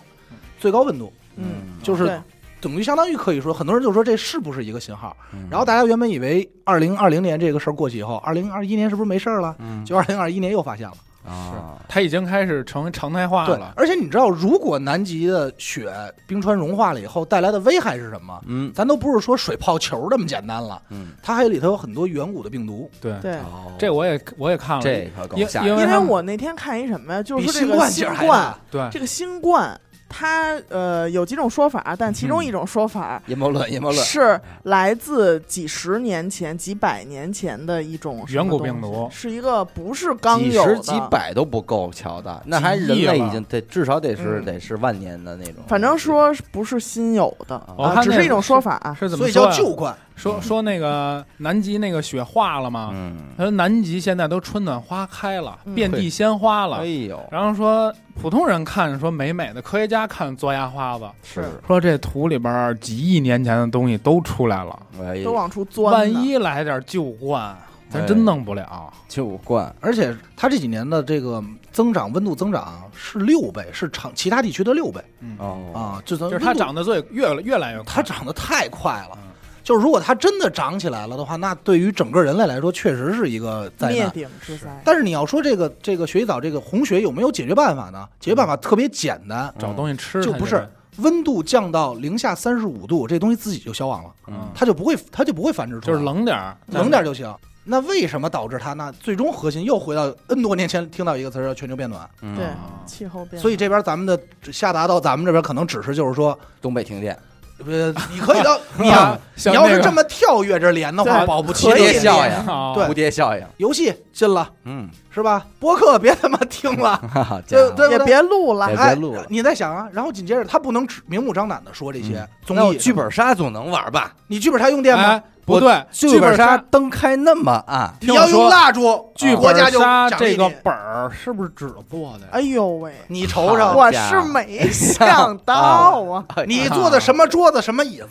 S2: 最高温度，
S3: 嗯，
S2: 就是
S3: 对
S2: 等于相当于可以说，很多人就说这是不是一个信号？
S1: 嗯
S2: 然后大家原本以为二零二零年这个事儿过去以后，二零二一年是不是没事儿了？
S1: 嗯
S2: 就二零二一年又发现了，
S1: 啊，
S4: 它已经开始成常态化
S2: 对
S4: 了。。
S2: 而且你知道，如果南极的雪冰川融化了以后带来的危害是什么？
S1: 嗯
S2: 咱都不是说水泡球这么简单了，
S1: 嗯，
S2: 它还有里头有很多远古的病毒，
S4: 对，
S3: 对。
S1: 哦
S4: 这我也我也看了，
S1: 这条更
S4: 因
S1: 吓
S4: 因
S1: 人，
S4: 为
S3: 因为
S4: 他们
S3: 我那天看一什么呀，就是
S2: 嗯
S3: 说
S2: 比
S3: 这
S2: 新
S3: 个
S2: 冠劲
S3: 新
S2: 儿还
S3: 冠
S2: 大，。
S4: 对
S3: 这个新冠，它呃有几种说法，但其中一种说
S2: 嗯
S3: 法
S1: 阴谋论，阴谋论，
S3: 是来自几十年前、几百年前的一种什么
S4: 远古
S3: 东西
S4: 病毒
S3: 是一个不是刚
S1: 几
S3: 有
S1: 十
S3: 的，
S1: 几百都不够瞧的，那
S4: 几
S1: 还人
S4: 亿
S1: 类
S4: 了
S1: 已经得至少得是
S3: 嗯
S1: 得是万年的那种，
S3: 反正说不是新有的，
S1: 我
S3: 啊
S4: 看
S3: 只
S4: 那
S3: 是
S4: 个
S3: 一种说法啊。
S4: 是怎
S2: 所
S4: 么
S2: 以
S4: 说
S2: 叫
S4: 呀？
S2: 旧冠。
S4: 说说那个南极那个雪化了嘛，
S1: 嗯，
S4: 他说南极现在都春暖花开了，
S3: 嗯
S4: 遍地鲜花了
S1: 哎。呦，
S4: 然后说普通人看说美美的，科学家看做牙花子，
S1: 是，
S4: 说这土里边儿几亿年前的东西都出来了，
S1: 哎呦，
S3: 都往出钻呢，
S4: 万一来点旧冠，咱
S1: 哎
S4: 真弄不了。
S1: 九冠，
S2: 而且它这几年的这个增长温度增长是六倍，是长其他地区的六倍
S1: 哦，
S2: 啊，就
S4: 嗯就
S2: 就是
S4: 它长得最越越来越快，
S2: 它长得太快了
S4: 嗯。
S2: 就是如果它真的长起来了的话，那对于整个人类来说，确实是一个灾
S3: 灭
S2: 难。
S3: 顶之灾。
S2: 但是你要说这个这个雪蚁藻这个红雪有没有解决办法呢？解决办法特别简单，
S4: 找东西吃
S2: 就
S4: 它
S2: 不是温度降到零下三十五度，这东西自己就消亡了，
S1: 嗯，
S2: 它就不会它就不会繁殖出
S4: 就
S2: 来，
S4: 是冷点儿，
S2: 冷点儿就行。那为什么导致它呢？最终核心又回到 N 多年前听到一个词儿叫全球变暖，
S1: 嗯
S3: 对
S4: 啊
S3: 气候变化，
S2: 所以这边咱们的下达到咱们这边可能只是就是说，
S1: 东北停电，
S2: 呃，你
S4: *laughs*
S2: 可以到你要
S4: 啊，
S2: 你
S4: 像
S2: 要
S4: 那
S2: 是
S4: 个
S2: 这么跳跃着连的话，
S3: 对
S2: 保不齐
S1: 蝴
S3: 可以
S1: 蝶
S2: 这
S1: 效
S3: 呀
S1: 应，
S4: 啊
S2: 对
S1: 蝴蝶效应，
S2: 游戏进了
S1: 嗯，
S2: 是吧？播客别他妈听了，
S1: 哈哈，
S2: 就
S1: 家伙
S2: 对不
S3: 也
S2: 对
S3: 别录了
S1: 也，
S2: 哎
S1: 别录了。
S2: 你再想啊，然后紧接着他不能只明目张胆的说这些
S1: 嗯
S2: 综
S1: 那我
S2: 艺
S1: 剧，本杀总能玩吧？
S2: 你剧本杀用电吗？
S4: 哎，不对，剧
S1: 本
S4: 杀
S1: 灯开那么暗，
S2: 你
S4: 听我
S2: 要用
S4: 说
S2: 蜡烛，
S4: 剧
S2: 国家
S4: 本
S2: 就
S4: 杀
S2: 奖励
S4: 这个
S2: 你
S4: 本儿是不是纸做的呀？
S3: 哎呦喂，
S2: 你瞅
S1: 好
S2: 瞅，
S3: 我
S1: 家
S3: 是
S1: 伙
S3: 没想到啊，
S1: 哎
S2: 你坐的什么桌子，什么椅子，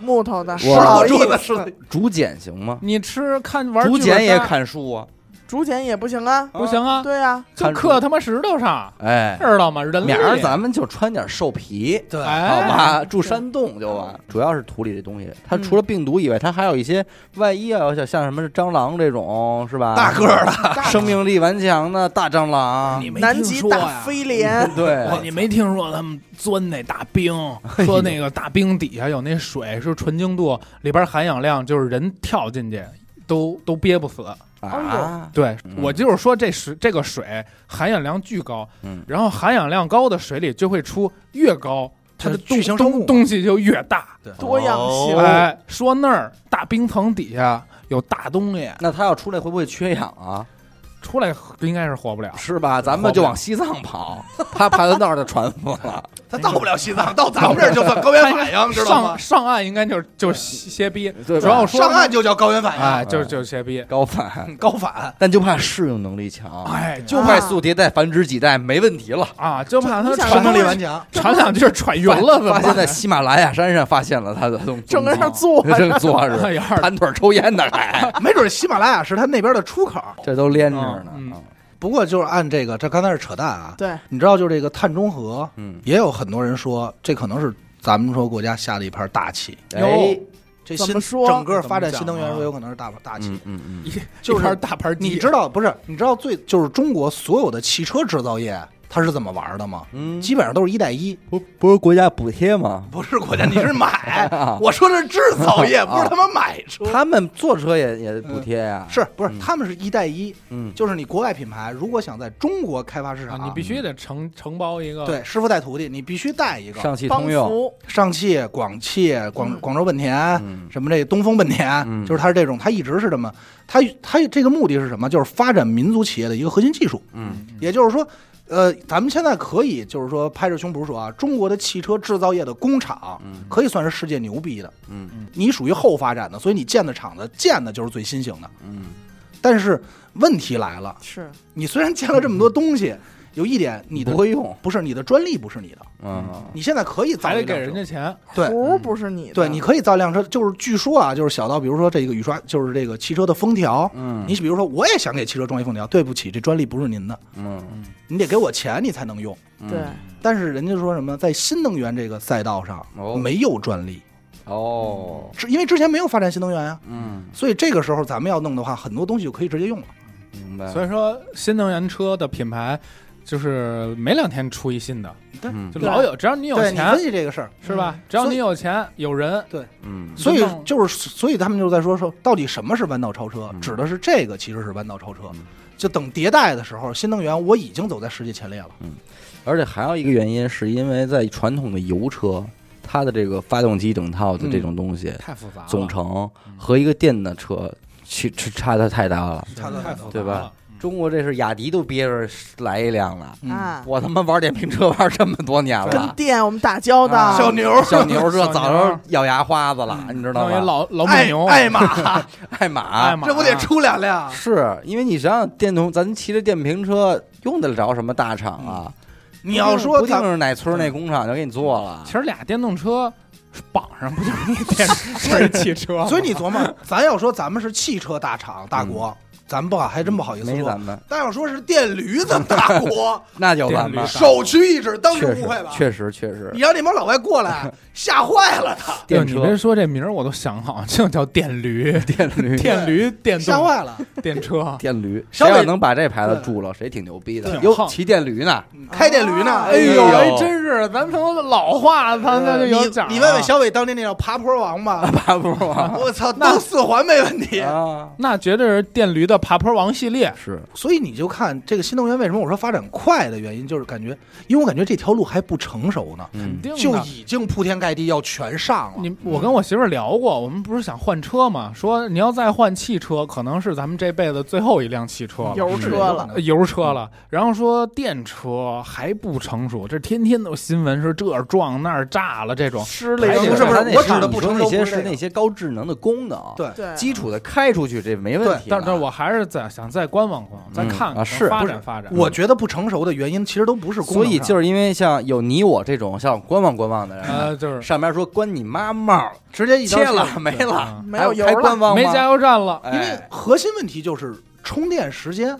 S3: 木头的，
S1: 我
S3: 石
S2: 石
S3: 头
S2: 头
S1: 好
S2: 桌
S3: 椅子
S2: 子，石头椅子
S1: 竹简行吗？
S4: 你吃看玩
S1: 竹
S4: 剧本
S1: 简也
S4: 杀
S1: 砍树啊，
S3: 竹简也不行啊，
S4: 不行啊，
S3: 对呀、
S4: 就
S1: 看
S4: 刻他妈石头上，
S1: 哎，
S4: 知道吗？人
S1: 明儿
S4: 类
S1: 咱们就穿点兽皮，
S2: 对
S1: 好
S4: 哎
S1: 吧？住山洞就完。主要是土里这东西，它除了病毒以外，它还有一些外衣啊，像像什么蟑螂这种，是吧？
S2: 大个儿的，
S3: 大
S1: 生命力顽强的大蟑螂嗯
S4: 你，没
S3: 南
S4: 听
S3: 极
S4: 说
S3: 大
S4: 呀？
S3: 飞廉，
S1: 对，
S4: 你没听说他们钻那大冰，说那个大冰底下有那水是纯净度，里边含氧量就是人跳进去都都憋不死。
S1: 啊，
S4: 对
S1: 嗯
S4: 我就是说这水这个水含氧量巨高，
S1: 嗯
S4: 然后含氧量高的水里就会出越高，它的
S2: 就是
S4: 东
S2: 巨型生物
S4: 东东西就越大。
S3: 多样性
S1: 哦
S4: 哎，说那儿大冰层底下有大东西
S1: 那它要出来会不会缺氧啊？
S4: 出来，应该是活不了。
S1: 是吧？咱们就往西藏跑，它爬到那儿就传播了。
S2: 他到不了西藏，到咱们这儿就算高原反应，知道吗
S4: 上？上岸应该就是就是歇逼，
S1: 对吧
S4: 主要说
S2: 上岸就叫啊高原反
S4: 哎，就是就是歇逼，
S1: 高反，
S2: 应，高反。
S1: 但就怕适应能力
S2: 啊
S1: 强，
S4: 哎，就
S1: 就快速迭代、繁殖几代没问题了。
S4: 啊，就怕他
S3: 就你想
S2: 生
S4: 传
S2: 命
S3: 让
S2: 力
S4: 两
S2: 顽强，
S4: 传两句传晕了怎么
S1: 发现在
S4: 办？
S1: 喜马拉雅山上发现了他的东西，
S3: 整个那儿坐着，
S1: 正坐着，
S4: 哎呀，
S1: *laughs* 盘腿抽烟呢，还
S2: 没准喜马拉雅是他那边的出口。
S1: *laughs* 这都连着呢。
S4: 嗯
S1: 啊
S2: 不过就是按这个，这刚才是扯淡啊。
S3: 对，
S2: 你知道，就这个碳中和，
S1: 嗯，
S2: 也有很多人说这可能是咱们说国家下的一盘大棋。
S1: 哎，
S2: 这
S3: 怎
S2: 新
S3: 么说
S2: 整个发展
S4: 怎么讲啊
S2: 新能源说有可能是大大棋
S1: 嗯。嗯
S4: 一
S2: 就是
S4: 一盘大盘鸡，
S2: 你知道不是？你知道最就是中国所有的汽车制造业它是怎么玩的吗？
S1: 嗯，
S2: 基本上都是一带一，
S1: 不不是国家补贴吗？。
S2: 不是国家，你是买 *laughs*
S1: 啊
S2: 啊我说的是制造业，不是他妈买出。
S1: 他们坐车也也补贴呀、
S2: 是不是
S1: 嗯
S2: 他们是一带一？
S1: 嗯，
S2: 就是你国外品牌如果想在中国开发市
S4: 啊
S2: 场，
S4: 你必须得承承包一个，
S2: 对师嗯傅带徒弟，你必须带一个
S1: 上汽
S3: 帮
S1: 通用，
S3: 扶，
S2: 上汽、广汽、广
S3: 嗯
S2: 广州本田，
S1: 嗯
S2: 什么这东风本田，
S1: 嗯
S2: 就是它是这种，它一直是这么，它它这个目的是什么？就是发展民族企业的一个核心技术。
S1: 嗯，
S2: 也就是说，呃，咱们现在可以就是说拍着胸脯说啊，中国的汽车制造业的工厂
S1: 嗯
S2: 可以算是世界牛逼的。
S1: 嗯
S2: 你属于后发展的，所以你建的厂子建的就是最新型的。
S1: 嗯
S2: 但是问题来了，
S3: 是
S2: 你虽然建了这么多东西，有一点你
S1: 你嗯
S2: 的
S1: 不会用，
S2: 不是你的专利不是你的，
S1: 嗯
S2: 你现在可以
S4: 还
S2: 造
S4: 得
S2: 一
S4: 给人
S2: 辆车。
S4: 家钱，
S2: 对
S3: 壶不是你的，
S2: 对，你可以造一辆车，就是据说啊，就是小到比如说这个雨刷，就是这个汽车的封条，
S1: 嗯，
S2: 你比如说，我也想给汽车装一封条，对不起，这专利不是您的，
S1: 嗯
S2: 你得给我钱，你才能用。
S1: 嗯
S3: 对
S2: 但是人家说什么，在新能源这个赛道上
S1: 哦
S2: 没有专利，
S1: 哦
S2: 是因为之前没有发展新能源啊，
S1: 嗯
S2: 所以这个时候咱们要弄的话，很多东西就可以直接用了。
S1: 明白，
S4: 所以说新能源车的品牌就是每两天出一新的，
S1: 嗯
S4: 就
S2: 对
S4: 老有，只要你有
S2: 对你分
S4: 钱
S2: 析这个事儿，
S4: 是吧？只
S2: 所
S4: 要
S2: 以
S4: 你有钱有人，
S1: 嗯
S2: 所以
S4: 就弄
S2: 就是所以他们就在说说，到底什么是弯道超车？
S1: 嗯
S2: 指的是这个其实是弯道超车
S1: 嗯。
S2: 就等迭代的时候，新能源我已经走在世界前列了。
S1: 而且还有一个原因，是因为在传统的油车，它的这个发动机整套的这种东西、
S4: 太复杂了，
S1: 总成和一个电的车去去差的太大了。
S2: 差得
S4: 太
S2: 太
S4: 复杂
S2: 多了
S1: 对吧
S4: 了？嗯
S1: 中国这是雅迪都憋着来一辆了，
S2: 嗯，
S3: 啊，
S1: 我他妈玩电瓶车玩这么多年
S3: 跟
S1: 了，
S3: 店我们打交道
S4: 啊
S2: 小，牛
S1: 小
S2: *laughs*
S1: 牛这
S4: 小牛嗯
S1: 早就咬牙花子了，你知道啊
S4: 弄一
S1: 吗？
S4: 老老母
S2: 爱
S4: 牛，啊
S1: *laughs*
S2: 爱玛，
S1: 爱玛
S4: 爱啊玛，
S2: 这不得出两辆？
S1: 是因为你想想，电动咱骑着电瓶车用得着什么大厂啊？
S2: 嗯你要说
S1: 不定
S2: 咱
S1: 是哪村儿那工厂就给你做了
S4: 其，实俩电动车绑上不就是一电
S2: *laughs*
S4: 就是一汽车吗？
S2: 所以你琢磨，咱要说咱们是汽车大厂大国，咱不好，还真不好意思
S1: 嗯没
S2: 说
S1: 咱。们，
S2: 但要说是电驴子
S1: *laughs*
S2: 大国，
S1: 那就咱
S4: 电
S1: 们
S4: 驴
S2: 首屈一指，当之
S1: 确
S2: 无
S1: 实
S2: 愧吧？
S1: 确实确实
S2: 你，让那帮老外
S1: *laughs*
S2: 过来，吓坏了他，
S1: 电
S4: 你别
S1: 车
S4: 说这名儿，我都想好，就叫电驴、
S1: 电驴
S4: 电驴、电
S2: 吓
S1: *laughs*
S4: 动、
S2: 坏了。
S4: 电车。
S1: 电驴，
S2: 稍
S1: 谁
S2: 微
S1: 要能把这牌子住了，谁挺牛逼的
S4: 挺。
S1: 哟，
S4: 横
S1: 骑电驴
S2: *laughs*
S1: 呢？
S2: 开电驴呢？呃
S3: 哎
S1: 呦
S4: 哎，真是咱从老话，他那就
S2: 你
S4: 有讲。
S2: 你问问，小伟当年那叫爬坡王吧，
S1: *laughs* 爬坡王
S2: *laughs* 我操，蹬四环没问题。 *laughs*
S1: 啊，
S4: 那绝对是电驴的爬坡王系列。
S1: 是
S2: 所以你就看这个新能源为什么我说发展快的原因，就是感觉，因为我感觉这条路还不成熟呢，
S1: 嗯
S4: 肯定的
S2: 就已经铺天盖地要全上了。
S4: 你我跟我媳妇儿聊过，我们不是想换车嘛？说你要再换汽车，可能是咱们这辈子最后一辆汽车了，
S3: 油
S2: 啊是
S3: 车了，
S1: 哎嗯
S4: 呃油车了。然后说电车还不成熟，这天天都新闻是这儿撞那儿炸了这种。
S3: 失
S1: 还
S3: 灵
S1: 得是
S2: 不是不是
S1: 它那
S2: 我指的
S1: 你
S2: 不
S1: 说
S2: 成
S1: 那
S2: 熟
S1: 些
S2: 不是
S1: 是
S2: 这个
S1: 那些高智能的功能，
S2: 对
S3: 对
S1: 基础的开出去这没问题的。
S4: 但但我还是在想再观望观望，再
S1: 嗯
S4: 看
S1: 啊
S4: 看
S1: 是
S4: 发
S1: 不
S4: 展发展。
S2: 我觉得不成熟的原因其实都不是功
S1: 所
S2: 能
S1: 以
S2: 上
S1: 就是因为像有你我这种像观望观望的人，
S4: 呃，就是
S1: 上面说关你妈帽儿，
S2: 直接一刀
S1: 切
S2: 切
S1: 了没了，
S4: 嗯
S3: 没有
S1: 还
S3: 油
S1: 还
S3: 了
S1: 观，望吗
S4: 没加油站了，
S2: 因为
S1: 哎
S2: 核心问题就是充电时间，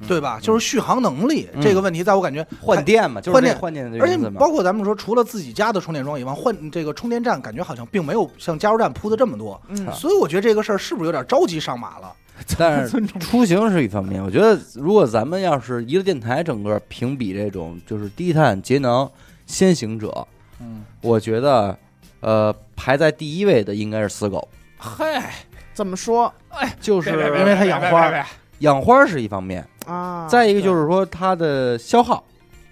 S1: 嗯
S2: 对吧？就是续航能力
S1: 嗯
S2: 这个问题，在我感觉
S1: 换电嘛，就是
S2: 换
S1: 这
S2: 电
S1: 个换电的
S2: 而且
S1: 意思嘛。
S2: 包括咱们说，除了自己家的充电桩以外，换这个充电站感觉好像并没有像加油站铺的这么多，
S3: 嗯，
S1: 啊
S2: 所以我觉得这个事儿是不是有点着急上马了？ *laughs*
S1: 但是
S4: 尊重
S1: 出行是一方面，我觉得如果咱们要是一个电台整个评比这种就是低碳节能先行者，
S4: 嗯，
S1: 我觉得呃排在第一位的应该是死狗，
S4: 嗨，
S3: 怎么说
S1: 就是
S4: 别别别
S2: 因为它养花，
S4: 别别别别
S1: 养花是一方面，
S3: 啊？
S1: 再一个就是说它的消耗，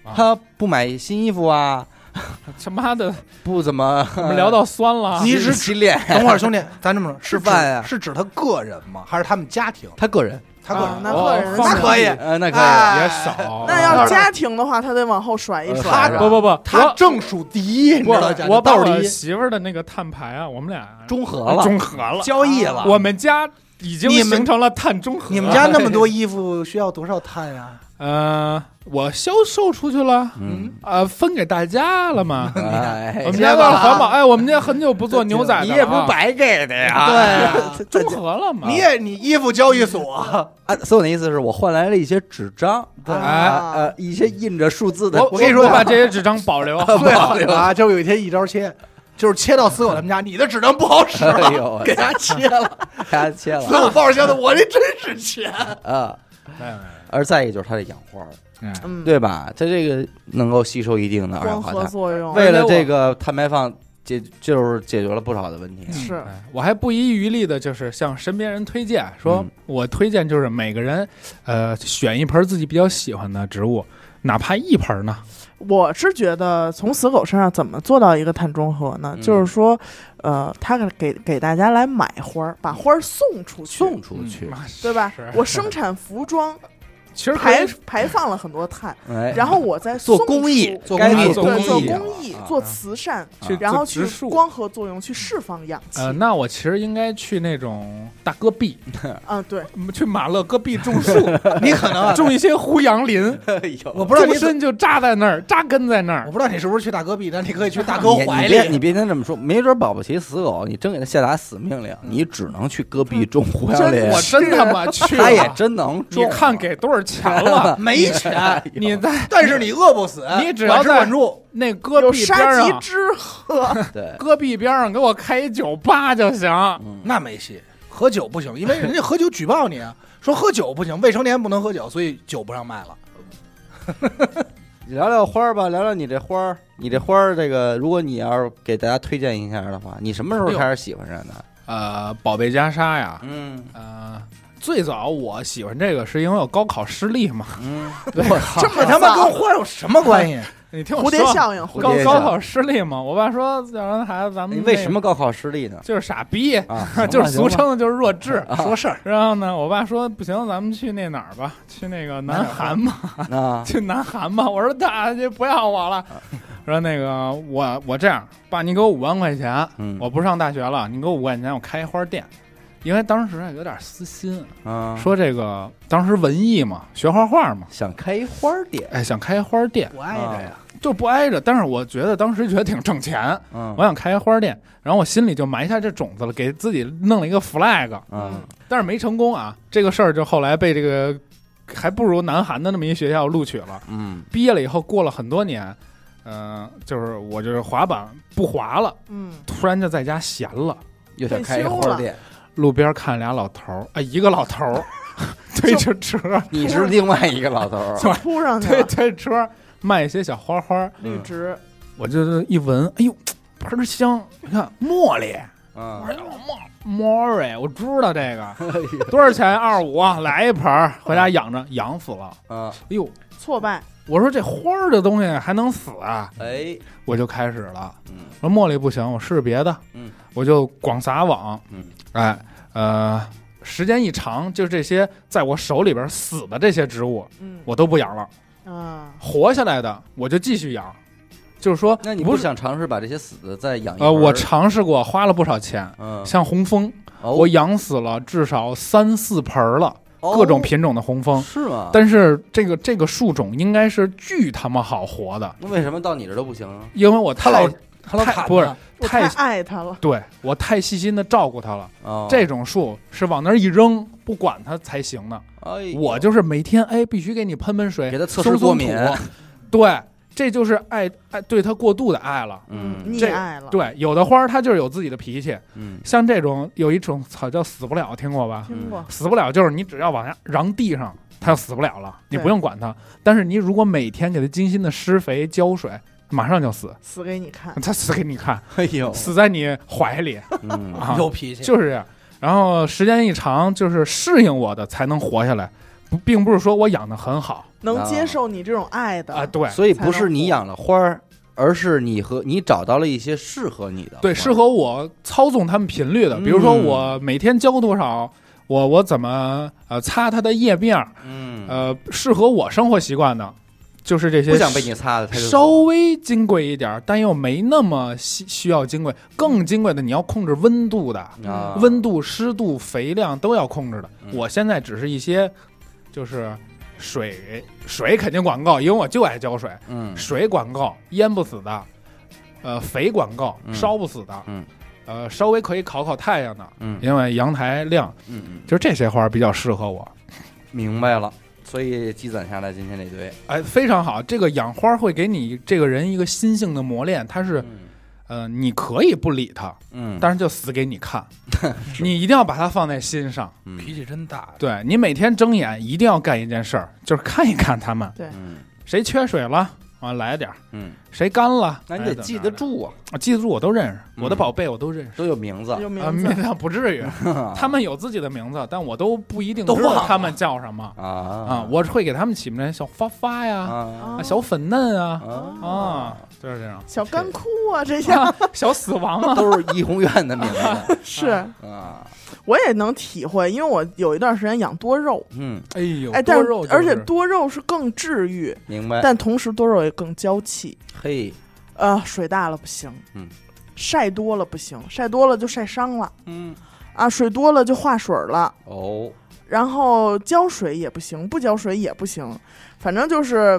S4: 啊
S1: 它不买新衣服啊，
S4: 别他妈的，
S1: 不怎么
S4: 我们
S1: *laughs*
S4: 聊到酸了啊。
S2: 嗯你是
S1: 洗脸，
S2: 等会儿
S1: *laughs*
S2: 兄弟，咱这么说，是
S1: 吃饭
S2: 指
S1: 呀
S2: 是指他个人吗？还是他们家庭？
S1: 他个人，
S2: 他个
S3: 啊
S2: 人
S3: 那
S4: 哦
S3: 个人
S4: 放
S2: 那可以
S4: 屁
S1: 呃，那可以，
S3: 啊
S2: 哎
S4: 也少。
S3: 那要是家庭的话，他得往后甩一
S1: 他
S3: 甩
S1: 是
S3: 了，
S1: 吧
S4: 不不不，
S1: 哦
S2: 他正数第一，你知
S4: 我
S2: 道家
S4: 我把
S2: 道
S4: 我
S2: 理。
S4: 媳妇儿的那个碳排啊，我们俩
S1: 中和了，
S4: 中和了，
S1: 交易了，
S4: 我们家已经
S2: 你们
S4: 形成了碳中和。
S2: 你们家那么多衣服需要多少碳呀？
S4: 呃，我销售出去了，
S1: 嗯，
S4: 呃，分给大家了嘛。
S1: 哎
S4: *laughs* 我们家为了环保，哎，我们家很久不做牛仔的了啊，哎
S1: 你也不白给的呀，
S2: 对啊，
S4: 中和了嘛？
S2: 你也你衣服交易所，
S1: 啊，所以我的意思是我换来了一些纸张，
S2: 对
S1: 啊
S3: 啊
S1: 呃，一些印着数字的
S4: 我
S1: 纸
S2: 我跟你说
S4: 我把这些纸张保留。
S2: 最好的啊，就是有一天一招切，就是切到死狗他们家，你的纸张不
S1: *laughs*
S2: 好使
S1: 哎呦
S2: 了，给他切了。
S1: 给它切
S2: 死 *laughs*
S1: 了
S2: 狗抱着箱子，我这真是钱。
S1: 啊。而再一个就是它得养花儿，
S3: 嗯，
S1: 对吧？它这个能够吸收一定的二
S3: 光
S1: 氧化
S3: 合
S1: 碳， *laughs*
S3: 作用，
S1: 为了这个碳排放解就是解决了不少的问题。
S3: 是
S4: 哎我还不遗余力的，就是向身边人推荐，说
S1: 嗯
S4: 我推荐就是每个人，呃，选一盆自己比较喜欢的植物，哪怕一盆呢，
S3: 我是觉得从死狗身上怎么做到一个碳中和呢？
S1: 嗯
S3: 就是说，呃，他给给大家来买花儿，把花儿送出去，
S1: 送出去，
S4: 嗯
S3: 对吧
S4: 是？
S3: 我生产服装，
S4: 其实可以
S3: 排排放了很多碳，
S1: 哎，
S3: 然后我再
S1: 做
S3: 送
S1: 公益
S3: 出，
S2: 做
S1: 该
S2: 公益
S1: 做
S4: 做
S3: 对，做
S1: 公益了
S3: 公益
S1: 啊，
S3: 做慈善，
S4: 去
S3: 然后
S4: 做
S3: 去
S4: 植树。
S3: 光合作用去释放氧气。
S4: 呃，那我其实应该去那种大戈壁， *laughs*
S3: 嗯，对，
S4: 去马勒戈壁种树，
S2: 你可能啊
S4: 种一些胡杨林，
S1: 哎呦
S2: 我不知道
S4: 终
S2: 你怎么
S4: 身就扎在那儿，扎根在那
S2: 我
S4: 儿。
S2: 不知道你是不是去大戈壁，但你可以去大
S1: 你
S2: 哥
S1: 你
S2: 怀
S1: 别你
S2: 里。
S1: 别听这么说，没准保不齐死狗，你真给他下达死命令，你只能去戈壁种胡杨林
S4: 真，嗯我真
S1: *laughs*
S4: 他妈去
S1: 他也
S4: 了，
S1: 真能种
S4: 你
S1: 啊。
S4: 看给多少钱
S2: *laughs*
S4: 了？
S2: 没钱，
S4: 你在
S2: 但是你饿不死，
S4: 你只要
S2: 管吃
S4: 在
S2: 管住。
S4: 那戈
S3: 有
S4: 壁边儿啊
S3: 杀鸡
S4: 上，
S3: 之喝，
S1: 对，
S4: 戈壁边上给我开一酒吧就行。
S1: 嗯
S2: 那没戏，喝酒不行，因为人家喝酒举报你啊，说喝酒不行，未成年不能喝酒，所以酒不让卖了。
S1: 聊聊花儿吧，聊聊你这花儿，你这花儿这个，如果你要是给大家推荐一下的话，你什么
S4: 哎
S1: 时候开始喜欢上的？
S4: 呃，宝贝袈裟呀，
S1: 嗯
S4: 呃，最早我喜欢这个是因为我高考失利嘛。
S1: *laughs* 嗯，
S4: 对，
S2: 这么他妈跟花有什么关系？
S4: 你 *laughs* 听我
S3: 蝴
S4: 说，
S3: 蝶效应，
S1: 蝴
S3: 蝴
S4: 高
S1: 蝶
S3: 蝶
S1: 效应
S4: 高考失利嘛，我爸说要让孩子咱
S1: 你
S4: 们
S1: 为什
S4: 那
S1: 么高考失利呢？
S4: 就是傻逼，，
S1: 啊
S4: *laughs* 就是俗称的就是弱智。
S2: 说事儿，
S4: *laughs* 然后呢，我爸说不行，咱们去那哪儿吧，去那个南韩嘛，
S1: 行吧
S4: *laughs*
S1: 啊，
S4: 去南韩吧。我说大家不要我了，我说那个我我这样，爸，你给我五万块钱，
S1: 嗯，
S4: 我不上大学了，你给我五万块钱，我开一花店。因为当时也有点私心，
S1: 啊
S4: 说这个当时文艺嘛，学画画嘛，
S1: 想开一花儿店，
S4: 哎，想开花店
S2: 我挨着呀。
S4: 就不挨着，但是我觉得当时觉得挺挣钱，
S1: 嗯
S4: 我想开花店，然后我心里就埋下这种子了，给自己弄了一个 flag，
S1: 嗯
S4: 但是没成功啊。这个事儿就后来被这个还不如南韩的那么一学校录取了。
S1: 嗯
S4: 毕业了以后，过了很多年，嗯、就是我就是滑板不滑了，
S3: 嗯，
S4: 突然就在家闲了，
S1: 又想开一花儿店，
S4: 路边看俩老头儿，啊、一个老头儿推着车，
S1: 你是另外一个老头
S4: *laughs*
S1: 儿，
S3: 就扑上去
S4: 推
S3: 了，
S4: 推着车卖一些小花花儿，
S3: 绿植，
S4: 我就一闻，哎呦，盆儿香，你看茉莉。
S1: 嗯，
S4: 哎呦莫 r y 哎我知道这个多少钱？二五啊，来一盆儿，回家养着，养死了。
S1: 啊，
S4: 哎呦，
S3: 挫败，
S4: 我说这花儿的东西还能死啊？
S1: 哎，
S4: 我就开始了，
S1: 嗯
S4: 我说茉莉不行，我试试别的，
S1: 嗯，
S4: 我就广撒网，
S1: 嗯，
S4: 哎，呃，时间一长，就这些在我手里边死的这些植物，
S3: 嗯
S4: 我都不养了，
S3: 啊，
S4: 活下来的我就继续养，就是说，
S1: 那你
S4: 不
S1: 不
S4: 是
S1: 想尝试把这些死的再养一盆儿？
S4: 呃，我尝试过，花了不少钱，
S1: 嗯，
S4: 像红枫，
S1: 哦
S4: 我养死了至少三四盆儿了。各种品种的红
S1: 哦
S4: 枫，
S1: 是吗？
S4: 但是这个这个树种应该是巨他妈好活的，
S1: 那为什么到你这儿都不行啊？
S4: 因为我
S2: 他
S4: 太
S2: 老他老
S4: 太
S2: 砍
S4: 不是
S2: 他
S3: 我太
S4: 太
S3: 爱他了，
S4: 对我太细心的照顾它了。
S1: 哦
S4: 这种树是往那儿一扔，不管它才行呢。
S1: 哎呦，
S4: 我就是每天哎，必须给你喷喷水，
S1: 给它测试过敏
S4: 松松土对，这就是爱爱对它过度的爱了。
S1: 嗯
S3: 溺
S4: 这
S3: 爱了，
S4: 对，有的花儿它就是有自己的脾气，
S1: 嗯
S4: 像这种有一种草叫死不了，听过吧？
S3: 听过，
S4: 死不了，就是你只要往下瓤地上，它就死不了了，你
S3: 对
S4: 不用管它。但是你如果每天给它精心的施肥、浇水，马上就死，
S3: 死给你看，
S4: 它死给你看，
S1: 哎呦，
S4: 死在你
S1: *laughs*
S4: 怀里 *laughs*
S1: 嗯
S4: 啊，
S2: 有脾气，
S4: 就是这样。然后时间一长，就是适应我的才能活下来，不，并不是说我养的很好
S3: 能接受你这种爱的
S4: 啊、对
S1: 所以不是你养了花儿，而是你和你找到了一些适合你的花儿，
S4: 对，适合我操纵它们频率的，比如说
S1: 嗯
S4: 我每天浇多少。我我怎么呃擦它的叶面儿
S1: 嗯
S4: 呃适合我生活习惯的，就是这些
S1: 不想被你擦的，它就
S4: 稍微金贵一点儿，但又没那么需需要金贵。更金贵的，你要控制温度的，
S1: 啊
S4: 温度、湿度、肥量都要控制的。
S1: 嗯
S4: 我现在只是一些，就是水水肯定管够，因为我就爱浇水，
S1: 嗯
S4: 水管够，淹不死的。呃，肥管够，
S1: 嗯
S4: 烧不死的。
S1: 嗯
S4: 呃，稍微可以烤烤太阳的，
S1: 嗯嗯
S4: 因为阳台亮，
S1: 嗯，
S4: 就是这些花儿比较适合我。
S1: 明白了。所以积攒下来今天这堆，
S4: 哎，非常好，这个养花会给你这个人一个心性的磨练，它是
S1: 嗯
S4: 呃，你可以不理它，
S1: 嗯，
S4: 但是就死给你
S1: *laughs*
S4: 看，你一定要把它放在心上。
S1: 嗯
S2: 脾气真大。
S4: 对你每天睁
S1: *laughs*
S4: 眼一定要干一件事儿，就是看一看它们，
S3: 对
S1: 嗯
S4: 谁缺水了啊，来点儿，
S1: 嗯
S4: 谁干了，
S1: 那你得记得
S4: 哎，怎么
S1: 住啊，
S4: 着的记得住，我都认识，
S1: 嗯
S4: 我的宝贝我都认识。
S1: 都有名字。
S3: 有名
S4: 啊，
S3: 字，，
S4: 那不
S1: *laughs*
S4: 至于，他们有自己的名字，但我都不一定
S2: 都
S4: 知
S2: 忘
S4: 道
S2: 了
S4: 他们叫什么
S1: 啊
S4: 啊
S1: 啊。
S4: 我会给他们起名叫小发发呀，
S1: 啊
S4: 啊小粉嫩啊，
S1: 啊
S4: 啊，就是这样
S3: 哦小干枯啊，这些
S4: 小死亡啊，
S1: 都是颐红院的名
S4: *laughs*
S1: 字
S3: 是
S1: 啊。
S3: 我也能体会，因为我有一段时间养多肉，
S1: 嗯，
S4: 哎呦，
S3: 哎，但
S4: 多
S3: 是
S4: 肉就是
S3: 而且多肉是更治愈，
S1: 明白。
S3: 但同时多肉也更娇气。
S1: 嘿，
S3: 呃，水大了不行，
S1: 嗯，
S3: 晒多了不行，晒多了就晒伤了
S1: 嗯，
S3: 啊，水多了就化水了，
S1: 哦，
S3: 然后浇水也不行，不浇水也不行，反正就是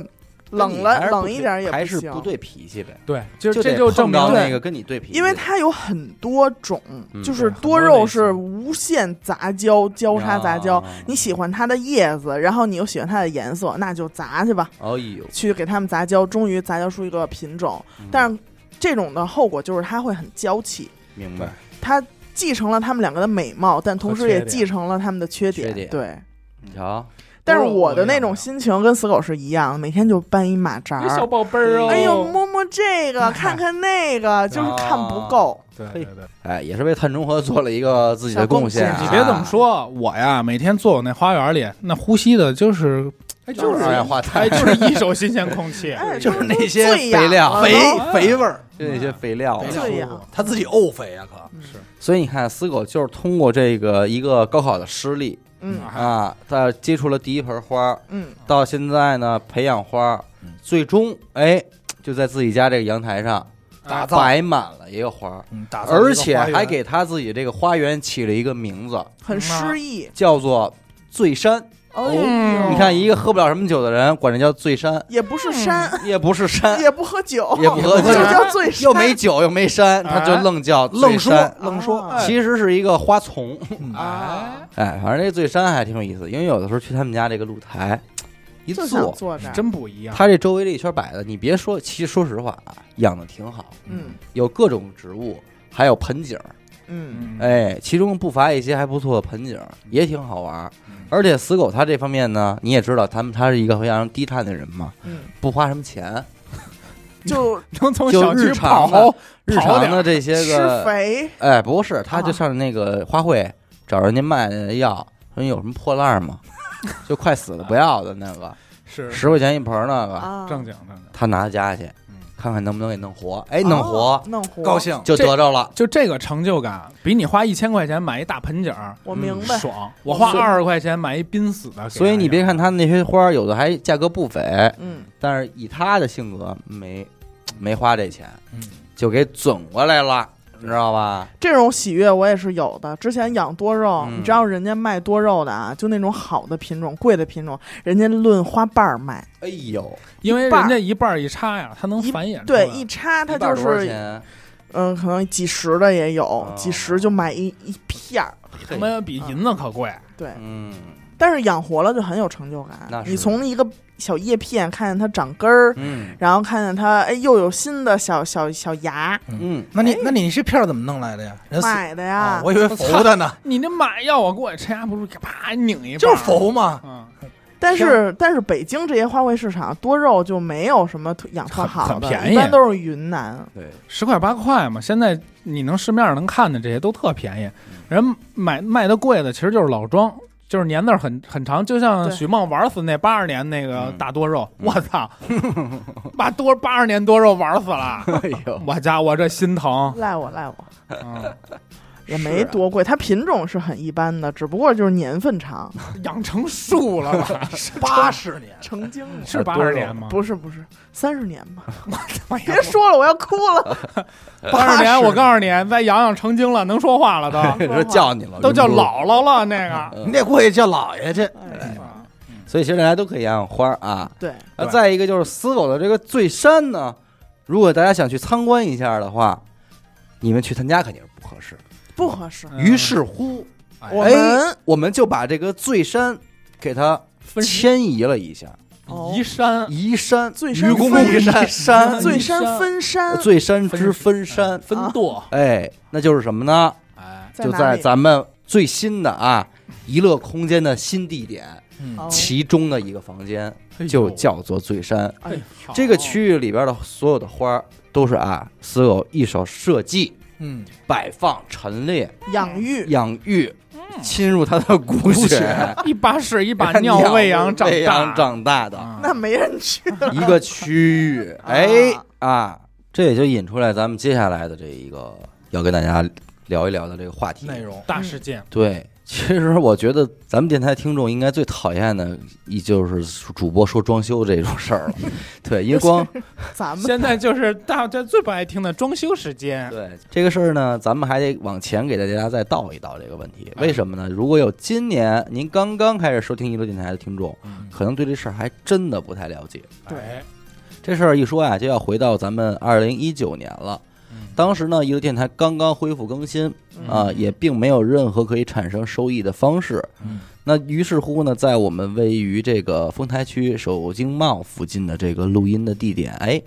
S1: 那
S3: 冷
S1: 你还
S3: 了
S1: 是不
S3: 冷
S1: 对
S3: 一点也
S1: 还是
S3: 行
S1: 不，对脾气呗。
S4: 对，就
S1: 得
S4: 这就证
S1: 碰
S4: 明
S1: 到
S4: 了
S1: 那个跟你对脾气，
S3: 因为它有很多种，
S1: 嗯
S3: 就
S1: 对
S3: 是
S4: 很
S3: 多
S4: 多
S3: 肉
S4: 类
S3: 是
S4: 型
S3: 无限杂交，交叉杂交。
S1: 啊。
S3: 你喜欢它的叶子，然后你又喜欢它的颜色，那就杂去吧，
S1: 哎呦，
S3: 去给它们杂交，终于杂交出一个品种。
S1: 嗯
S3: 但是这种的后果就是它会很娇气，
S1: 明白，
S3: 它继承了它们两个的美貌，但同时
S4: 和缺
S3: 也
S4: 点
S3: 继承了它们的缺
S1: 缺点
S3: 对，
S1: 你瞧，
S3: 但是
S4: 多肉
S3: 我的
S4: 我也
S3: 那
S4: 有
S1: 啊
S3: 种心情跟死狗是一样，每天就搬一马扎
S4: 哎小
S3: 儿。
S4: 宝贝
S1: 啊
S4: 儿哦，
S3: 哎呦，摸摸这
S1: *laughs*
S3: 个，
S4: 哎
S3: 看看那个，就是看不
S1: 啊
S3: 够。
S4: 对
S1: 嘿
S4: 对对。
S1: 哎，也是为碳中和做了一个自己的贡献啊。
S3: 小贡献。
S4: 你别这么说，我呀，每天坐我那花园里，那呼吸的就是，哎，
S1: 就
S4: 就是是
S1: 二氧化碳
S4: 哎，就是一手新鲜空气
S1: *laughs*
S3: 哎，
S1: 哦就是
S3: 都
S2: 那些
S3: 醉呀
S1: 肥料哎
S3: 了
S2: 肥
S3: 都
S2: 肥味儿，
S1: 就那些肥料啊
S2: 肥。
S3: 对呀
S4: 舒服
S2: 他自己沤肥啊，可
S3: 嗯
S4: 是
S1: 所以你看，死狗就是通过这个一个高考的失利
S3: 嗯
S4: 哎
S1: 啊，他接触了第一盆花，
S3: 嗯，
S1: 到现在呢培养花
S2: 嗯，
S1: 最终哎就在自己家这个阳台上
S2: 打造，
S1: 摆满了一个花，
S2: 嗯，打造一个
S1: 而且
S2: 花园
S1: 还给他自己这个花园起了一个名字，
S3: 很诗意。
S1: 叫做醉山。
S3: 哦
S4: 嗯
S1: 你看，一个喝不了什么酒的人，管这叫醉
S2: *laughs*
S1: 山，
S3: 也不是山，
S1: 也不是山，
S3: *laughs* 也不喝酒，
S1: 嗯也不喝酒
S3: 就
S2: *laughs*
S3: 叫醉山。
S1: 又没酒又没山，他就
S4: 哎
S1: 愣叫
S2: 啊愣
S1: 醉
S2: 说
S1: 山
S2: 愣说，嗯
S4: 哎
S1: 其实是一个花丛。
S3: 哦啊，
S1: 哎，反正这醉山还挺有意思，因为有的时候去他们家这个露台一
S3: 就想
S1: 坐，
S3: 坐这儿。
S4: 真不一样。
S1: 他这周围这一圈摆的，你别说，其实说实话啊，养的挺好，
S3: 嗯
S1: 有各种植物，还有盆景儿，
S3: 嗯，
S4: 嗯，
S1: 哎，其中不乏一些还不错的盆景儿，也挺好玩儿
S2: 嗯。
S1: 而且死狗它这方面呢，你也知道，他们他是一个非常低碳的人嘛，
S3: 嗯，
S1: 不花什么钱，
S3: 就
S4: 能从
S1: 就
S4: 小
S1: 日
S4: 区
S1: 常
S4: 跑，
S1: 日
S4: 跑
S1: 常
S4: 点
S1: 的
S4: 儿
S1: 这些
S3: 施
S1: 个，
S3: 肥，
S1: 哎，不是，他
S3: 啊
S1: 就上那个花卉找人家卖的药，说你有什么破烂儿吗？ *laughs* 就快死了不要的那个，
S4: 是
S1: 十块钱一盆儿那个，
S3: 啊，
S4: 正经正经。
S1: 他拿到家去
S4: 嗯，
S1: 看看能不能给弄活。哎，弄活
S3: 哦弄活，
S2: 高。兴，
S1: 就得着了。
S4: 就这个成就感，比你花一千块钱买一大盆景儿
S3: 我明
S1: 嗯
S3: 白，
S4: 爽。我花
S3: 所以
S4: 二十块钱买一濒死的，
S1: 所以你别看他那些花儿，有的还价格不菲，
S3: 嗯，
S1: 但是以他的性格，没没花这钱，
S4: 嗯
S1: 就给整过来了，你知道吧？
S3: 这种喜悦我也是有的。之前养多肉，
S1: 嗯
S3: 你知道人家卖多肉的啊，就那种好的品种、贵的品种，人家论花瓣儿卖，
S1: 哎呦，
S4: 因为
S3: 一半儿
S4: 人家一半儿一插呀，它能
S3: 一
S4: 繁衍出
S3: 对，
S4: 来
S3: 一插它
S1: 啊一半
S3: 就
S1: 多少
S3: 是，
S1: 钱？
S3: 嗯，可能几十的也有
S1: 哦，
S3: 几十就买一一片儿，
S4: 他妈比银子可贵。
S3: 对。
S1: 嗯，
S3: 但是养活了就很有成就
S1: 那
S3: 感。
S1: 是
S3: 你从一个小叶片看见它长根儿，
S1: 嗯
S3: 然后看见它哎又有新的小小小芽，
S1: 嗯，
S2: 那你那你这片儿怎么弄来的呀？人死
S3: 买的呀
S2: 啊，，
S1: 哦
S2: 我以 *laughs* 为浮的呢，
S4: 你那买药我过去，呀，不是啪拧一半儿，
S2: 就是浮嘛，
S4: 嗯，
S3: 但是但是北京这些花卉市场多肉就没有什么特养特好
S4: 很
S3: 的，
S4: 便宜
S3: 一般都是云南。
S1: 对， *laughs*
S4: 十块八块嘛，现在你能市面上能看的这些都特便宜，人买卖的贵的其实就是老庄，就是年代很很长，就像
S3: 对
S4: 许梦玩死那八二年那个
S1: 嗯
S4: 大多肉，
S1: 嗯
S4: 我 *laughs* 操，把多八二年多肉玩死 *laughs* 了，
S1: 哎 *laughs* 呦，
S4: 我家我这心疼，
S3: 赖我赖我，
S4: 嗯，
S3: 也
S1: 啊
S3: 没多贵，它品种是很一般的，只不过就是年
S1: *laughs*
S3: 份长，
S4: 养成树了吧？
S2: *laughs* 八十 *laughs* 年，
S3: 成精了。
S4: *laughs* 是八
S1: 多
S4: 二
S1: 肉
S4: 年吗？
S3: 不是不是，三十年
S1: 啊
S3: 吧！
S4: 哎 *laughs* 呀，
S3: 别说了，我要哭
S1: *laughs*
S3: 了。
S4: 八二年，
S2: 80
S4: 我告诉你，再养养成精了，能说话了 *laughs* 都，
S1: 说叫你了，
S4: 都叫
S1: 林哥
S4: 姥姥了那个。
S2: 你得过去叫姥爷去，
S3: 哎
S4: 啊
S1: 所以其实大家都可以养养花儿啊。
S3: 对，
S1: 呃，
S4: 对
S1: 再一个就是死狗的这个醉山呢，如果大家想去参观一下的话，你们去他家肯定是不合适。
S3: 不合适。
S2: 嗯
S1: 于
S4: 嗯
S1: 是乎，
S3: 我
S1: 哎
S3: 们
S1: 我们就把这个醉山给它
S4: 分
S1: 迁移了一下，
S3: 哦
S4: 移山，
S1: 移山
S3: 醉
S1: 愚
S3: 山
S1: 公
S3: 分
S1: 移山山
S3: 醉
S4: 山
S3: 山分山
S1: 醉山之分山，
S4: 分
S3: 啊
S2: 哦
S4: 舵，
S1: 哎，那就是什么呢？
S4: 哎，
S1: 就
S3: 哪
S1: 在
S3: 里？
S1: 咱们最新的啊，娱乐空间的新地点，
S2: 嗯
S3: 哦哎
S1: 其中的一个房间就叫做醉山。
S4: 哎哎呦
S1: 这个区域里边的所有的花儿都是啊，所有一手设计、
S2: 嗯，
S1: 摆放、陈列、
S3: 养育
S1: 养育，侵入他的骨血， *laughs*
S4: 哎一把屎一嗯把
S1: 让
S4: 尿喂养长
S1: 哎 *laughs* 喂养
S4: 大，
S1: 长大的。
S4: 啊
S3: 那没人
S1: *laughs*
S3: 去了，
S1: 一个区
S4: *laughs*
S1: 域，哎啊，这也就引出来咱们接下来的这一个要跟大家聊一聊的这个话题
S2: 内。容
S4: 大事件，
S1: 对，其实我觉得咱们电台听众应该最讨厌的，一就是主播说装修这种事儿了。 *laughs* 对，因为光
S3: 咱
S1: 嗯
S3: 们
S4: *laughs* 现在就是大家最不爱听的装修时间。
S1: 对这个事儿呢，咱们还得往前给大家再倒一倒这个问题。为什么呢？如果有今年您刚刚开始收听一路电台的听众，
S4: 嗯
S1: 可能对这事儿还真的不太了解。
S3: 对
S4: 哎
S1: 这事儿一说啊，就要回到咱们二零一九年了。
S4: 嗯
S1: 当时呢，一个电台刚刚恢复更新
S3: 嗯
S1: 啊、也并没有任何可以产生收益的方式。
S4: 嗯
S1: 那于是乎呢，在我们位于这个丰台区首经贸附近的这个录音的地点，哎，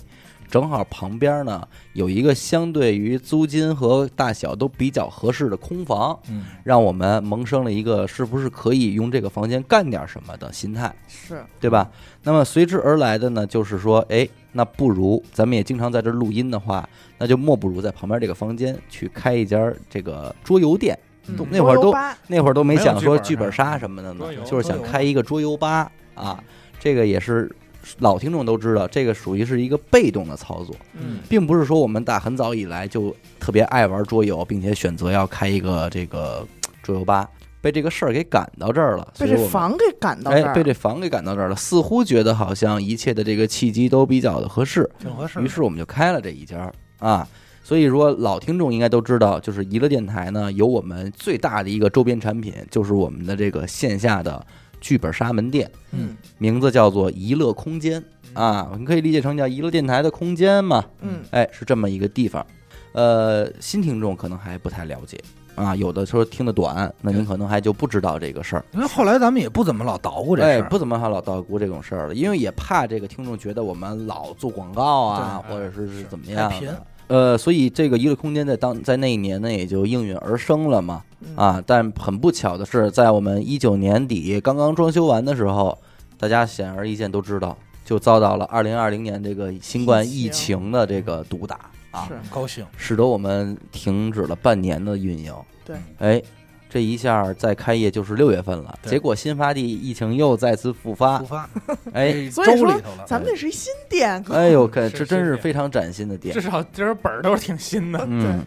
S1: 正好旁边呢有一个相对于租金和大小都比较合适的空房，
S2: 嗯，
S1: 让我们萌生了一个是不是可以用这个房间干点什么的心态。
S3: 是
S1: 对吧？那么随之而来的呢，就是说，哎，那不如咱们也经常在这录音的话，那就莫不如在旁边这个房间去开一家这个桌游店。
S3: 嗯
S1: 那会儿
S3: 桌
S1: 都
S3: 游吧
S1: 那会儿都没想说
S4: 没有
S1: 剧
S4: 剧
S1: 本
S4: 本
S1: 杀什么的呢
S4: 桌游，
S1: 就是想开一个桌游吧啊。这个也是老听众都知道，这个属于是一个被动的操作，
S3: 嗯
S1: 并不是说我们打很早以来就特别爱玩桌游，并且选择要开一个这个桌游吧。被这个事儿给赶到这儿了，所
S3: 被
S1: 以我
S3: 这
S1: 们
S3: 房给赶到
S1: 哎
S3: 这，儿，
S1: 被这房给赶到这儿了，似乎觉得好像一切的这个契机都比较的合适，
S2: 挺合适的。
S1: 于是我们就开了这一家儿啊。所以说，老听众应该都知道，就是娱乐电台呢，有我们最大的一个周边产品，就是我们的这个线下的剧本杀门店，
S3: 嗯
S1: 名字叫做“娱乐空间”啊，你可以理解成叫娱乐电台的空间嘛。
S3: 嗯
S1: 哎，是这么一个地方。呃，新听众可能还不太了解啊，有的时候听得短，那您可能还就不知道这个事儿。
S2: 因为后来咱们也不怎么老捣鼓这
S1: 哎，
S2: 事儿，
S1: 不怎么好老捣鼓这种事儿了，因为也怕这个听众觉得我们老做广告啊，
S4: 对
S1: 或者是
S4: 是
S1: 是怎么
S2: 太
S1: 样
S2: 贫
S1: 的。呃，所以这个娱乐空间在当在那一年呢，也就应运而生了嘛。
S3: 嗯，
S1: 啊，但很不巧的是，在我们一九年底刚刚装修完的时候，大家显而易见都知道，就遭到了二零二零年这个新冠疫
S3: 疫情
S1: 情的这个毒打啊，
S3: 是
S2: 高兴。
S1: 使得我们停止了半年的运营。
S3: 对，
S1: 哎，这一下再开业就是六月份了，
S2: 对
S1: 结果新发地疫情又再次复发
S2: 出，发
S1: 哎。
S3: 所以
S2: 周
S3: 说
S2: 里头了，
S3: 咱们这是一新店，
S1: 哎呦，可
S4: 是
S1: 这
S4: 是
S1: 真是
S4: 是
S1: 非常崭新的店
S4: 至，少这本儿都是挺
S1: *laughs*
S4: 新的。
S1: 嗯。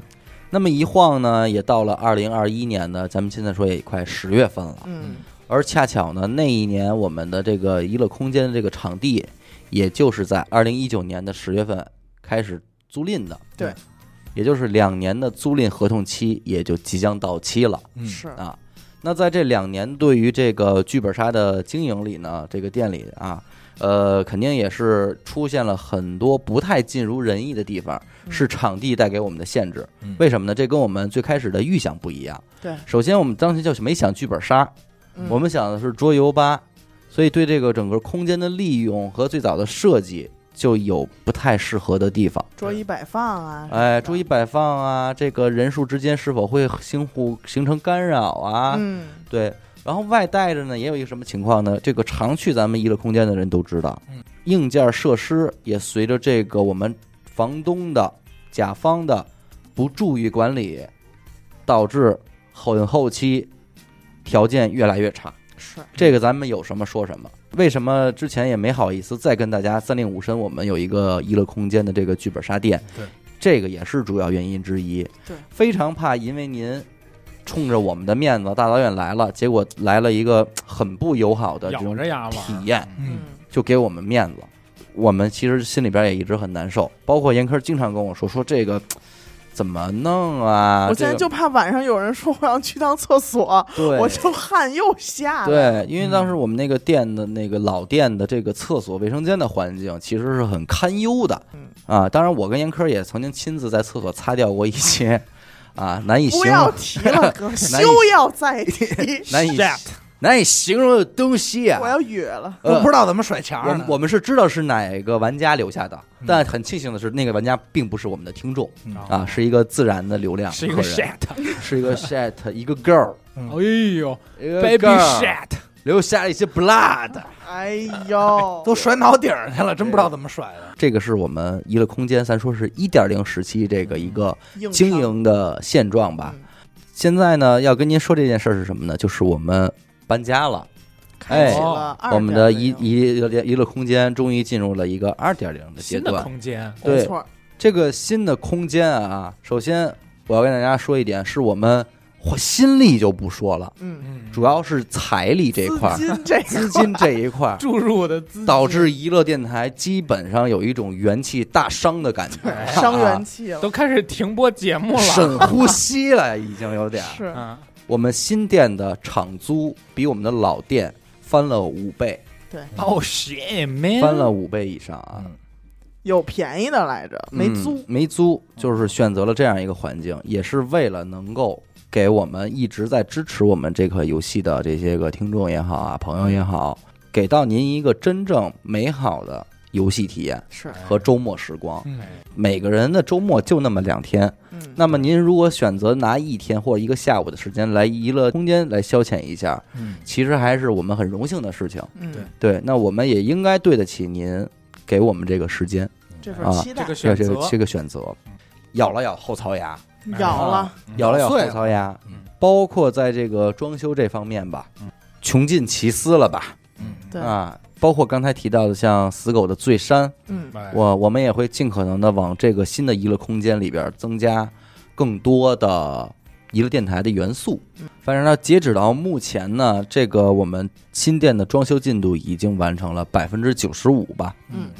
S1: 那么一晃呢，也到了二零二一年的，咱们现在说也快十月份了。
S3: 嗯
S1: 而恰巧呢，那一年我们的这个娱乐空间的这个场地，也就是在二零一九年的十月份开始租赁的。
S3: 对，
S1: 也就是两年的租赁合同期也就即将到期了。
S2: 嗯
S3: 是
S1: 啊。那在这两年对于这个剧本杀的经营里呢，这个店里啊，呃，肯定也是出现了很多不太尽如人意的地方，
S3: 嗯
S1: 是场地带给我们的限制。
S2: 嗯
S1: 为什么呢？这跟我们最开始的预想不一样。
S3: 对，
S1: 首先我们当时就是没想剧本杀，
S3: 嗯
S1: 我们想的是桌游吧，所以对这个整个空间的利用和最早的设计就有不太适合的地方。
S3: 桌椅摆放啊什么的，
S1: 哎，注意摆放啊，这个人数之间是否会相互形成干扰啊？
S3: 嗯
S1: 对，然后外带着呢，也有一个什么情况呢？这个常去咱们娱乐空间的人都知道
S2: 嗯，
S1: 硬件设施也随着这个我们房东的、甲方的不注意管理，导致后后期条件越来越差。
S3: 是
S1: 这个咱们有什么说什么。为什么之前也没好意思再跟大家三令五申？我们有一个娱乐空间的这个剧本杀店，
S2: 对，
S1: 这个也是主要原因之一。
S3: 对，
S1: 非常怕因为您冲着我们的面子大老远来了，结果来了一个很不友好的这
S4: 咬
S1: 种
S4: 着牙玩
S1: 体
S4: 儿
S1: 验，
S2: 嗯，
S3: 嗯
S1: 就给我们面子。我们其实心里边也一直很难受，包括严科经常跟我说说这个怎么弄啊？
S3: 我现在
S1: 这
S3: 就怕晚上有人说我要去趟厕所，
S1: 个对，
S3: 我就汗又下来。
S1: 对，因为当时我们那个店的那个老店的这个厕所、卫生间的环境其实是很堪忧的，
S3: 嗯
S1: 啊，当然我跟严科也曾经亲自在厕所擦掉过一些啊难以形
S3: 不要
S1: 容、
S3: 提了，哥，
S1: *laughs* 难以
S3: 休要再提。
S1: *laughs* 难以
S4: Shit
S1: 难以形容的东西啊
S3: 我。要哕了，
S2: 我
S1: 呃
S2: 不知道怎么甩钱
S1: 我
S2: 儿呢
S1: 们我们是知道是哪个玩家留下的，
S2: 嗯
S1: 但很庆幸的是，那个玩家并不是我们的听众
S2: 嗯
S1: 啊，是一个自然的流量
S4: *laughs* 是一
S1: 客
S4: 个
S1: 人
S4: shit，
S1: 是一个 shit，一个 girl
S2: 嗯
S4: 哎呦，baby
S1: ，baby
S4: shit，
S1: 留下了一些 blood。
S3: 哎呦，
S2: 都甩脑顶儿去了，真不知道怎么甩的。
S1: 这个是我们娱乐空间，咱说是一点零时期这个一个
S3: 硬
S1: 经
S3: 伤
S1: 营的现状吧。哎
S3: 嗯
S1: 现在呢，要跟您说这件事儿是什么呢？就是我们搬家了，
S3: 开启
S4: 哎
S3: 了二
S1: 我们的
S3: 点
S1: 一
S3: 零
S1: 一娱乐娱乐空间终于进入了一个二点零的阶
S4: 新的
S1: 段。
S4: 空间，
S3: 没
S1: 对
S3: 错儿，
S1: 这个新的空间啊，首先我要跟大家说一点，是我们我心力就不说了，
S3: 嗯，
S1: 主要是财力这一块儿
S3: 资，金这
S1: 资金这一块儿，
S4: 注入的 *laughs* 资金
S1: *laughs* 导致娱乐电台基本上有一种元气大伤的感觉，
S3: 伤元气了，
S4: 都开始停播节目
S1: 啊，
S4: 了，
S1: 深呼吸了，已经有
S3: *laughs*
S1: 点儿。
S3: 是
S4: 嗯，
S1: 我们新店的场租比我们的老店翻了五倍，
S4: 哦 shit man，
S1: 翻了五倍以上啊。
S4: 嗯
S3: 有便宜的来着，没
S1: 嗯
S3: 租，
S1: 没租，就是选择了这样一个环境，也是为了能够给我们一直在支持我们这款游戏的这些个听众也好啊，朋友也好，给到您一个真正美好的游戏体验
S3: 是，
S1: 和周末时光。
S4: 嗯
S1: 每个人的周末就那么两天，
S3: 嗯，
S1: 那么您如果选择拿一天或者一个下午的时间来娱乐空间来消遣一下，
S4: 嗯
S1: 其实还是我们很荣幸的事情。
S3: 嗯
S4: 对，
S1: 对，那我们也应该对得起您给我们这个时间，
S3: 这份
S1: 啊
S3: 期
S4: 这
S3: 待
S4: 个选
S1: 这这
S4: 择
S1: 个这个选择。咬了咬后槽牙，
S3: 咬了
S1: 啊，咬了咬后
S2: 碎
S1: 槽牙
S4: 嗯，
S1: 包括在这个装修这方面吧，穷尽其思了吧？
S4: 嗯
S3: 对
S1: 啊，包括刚才提到的像死狗的醉山，
S3: 嗯，
S4: 哎
S1: 我我们也会尽可能的往这个新的娱乐空间里边增加更多的娱乐电台的元素
S3: 嗯。
S1: 反正呢，截止到目前呢，这个我们新店的装修进度已经完成了百分之九十五吧，
S3: 嗯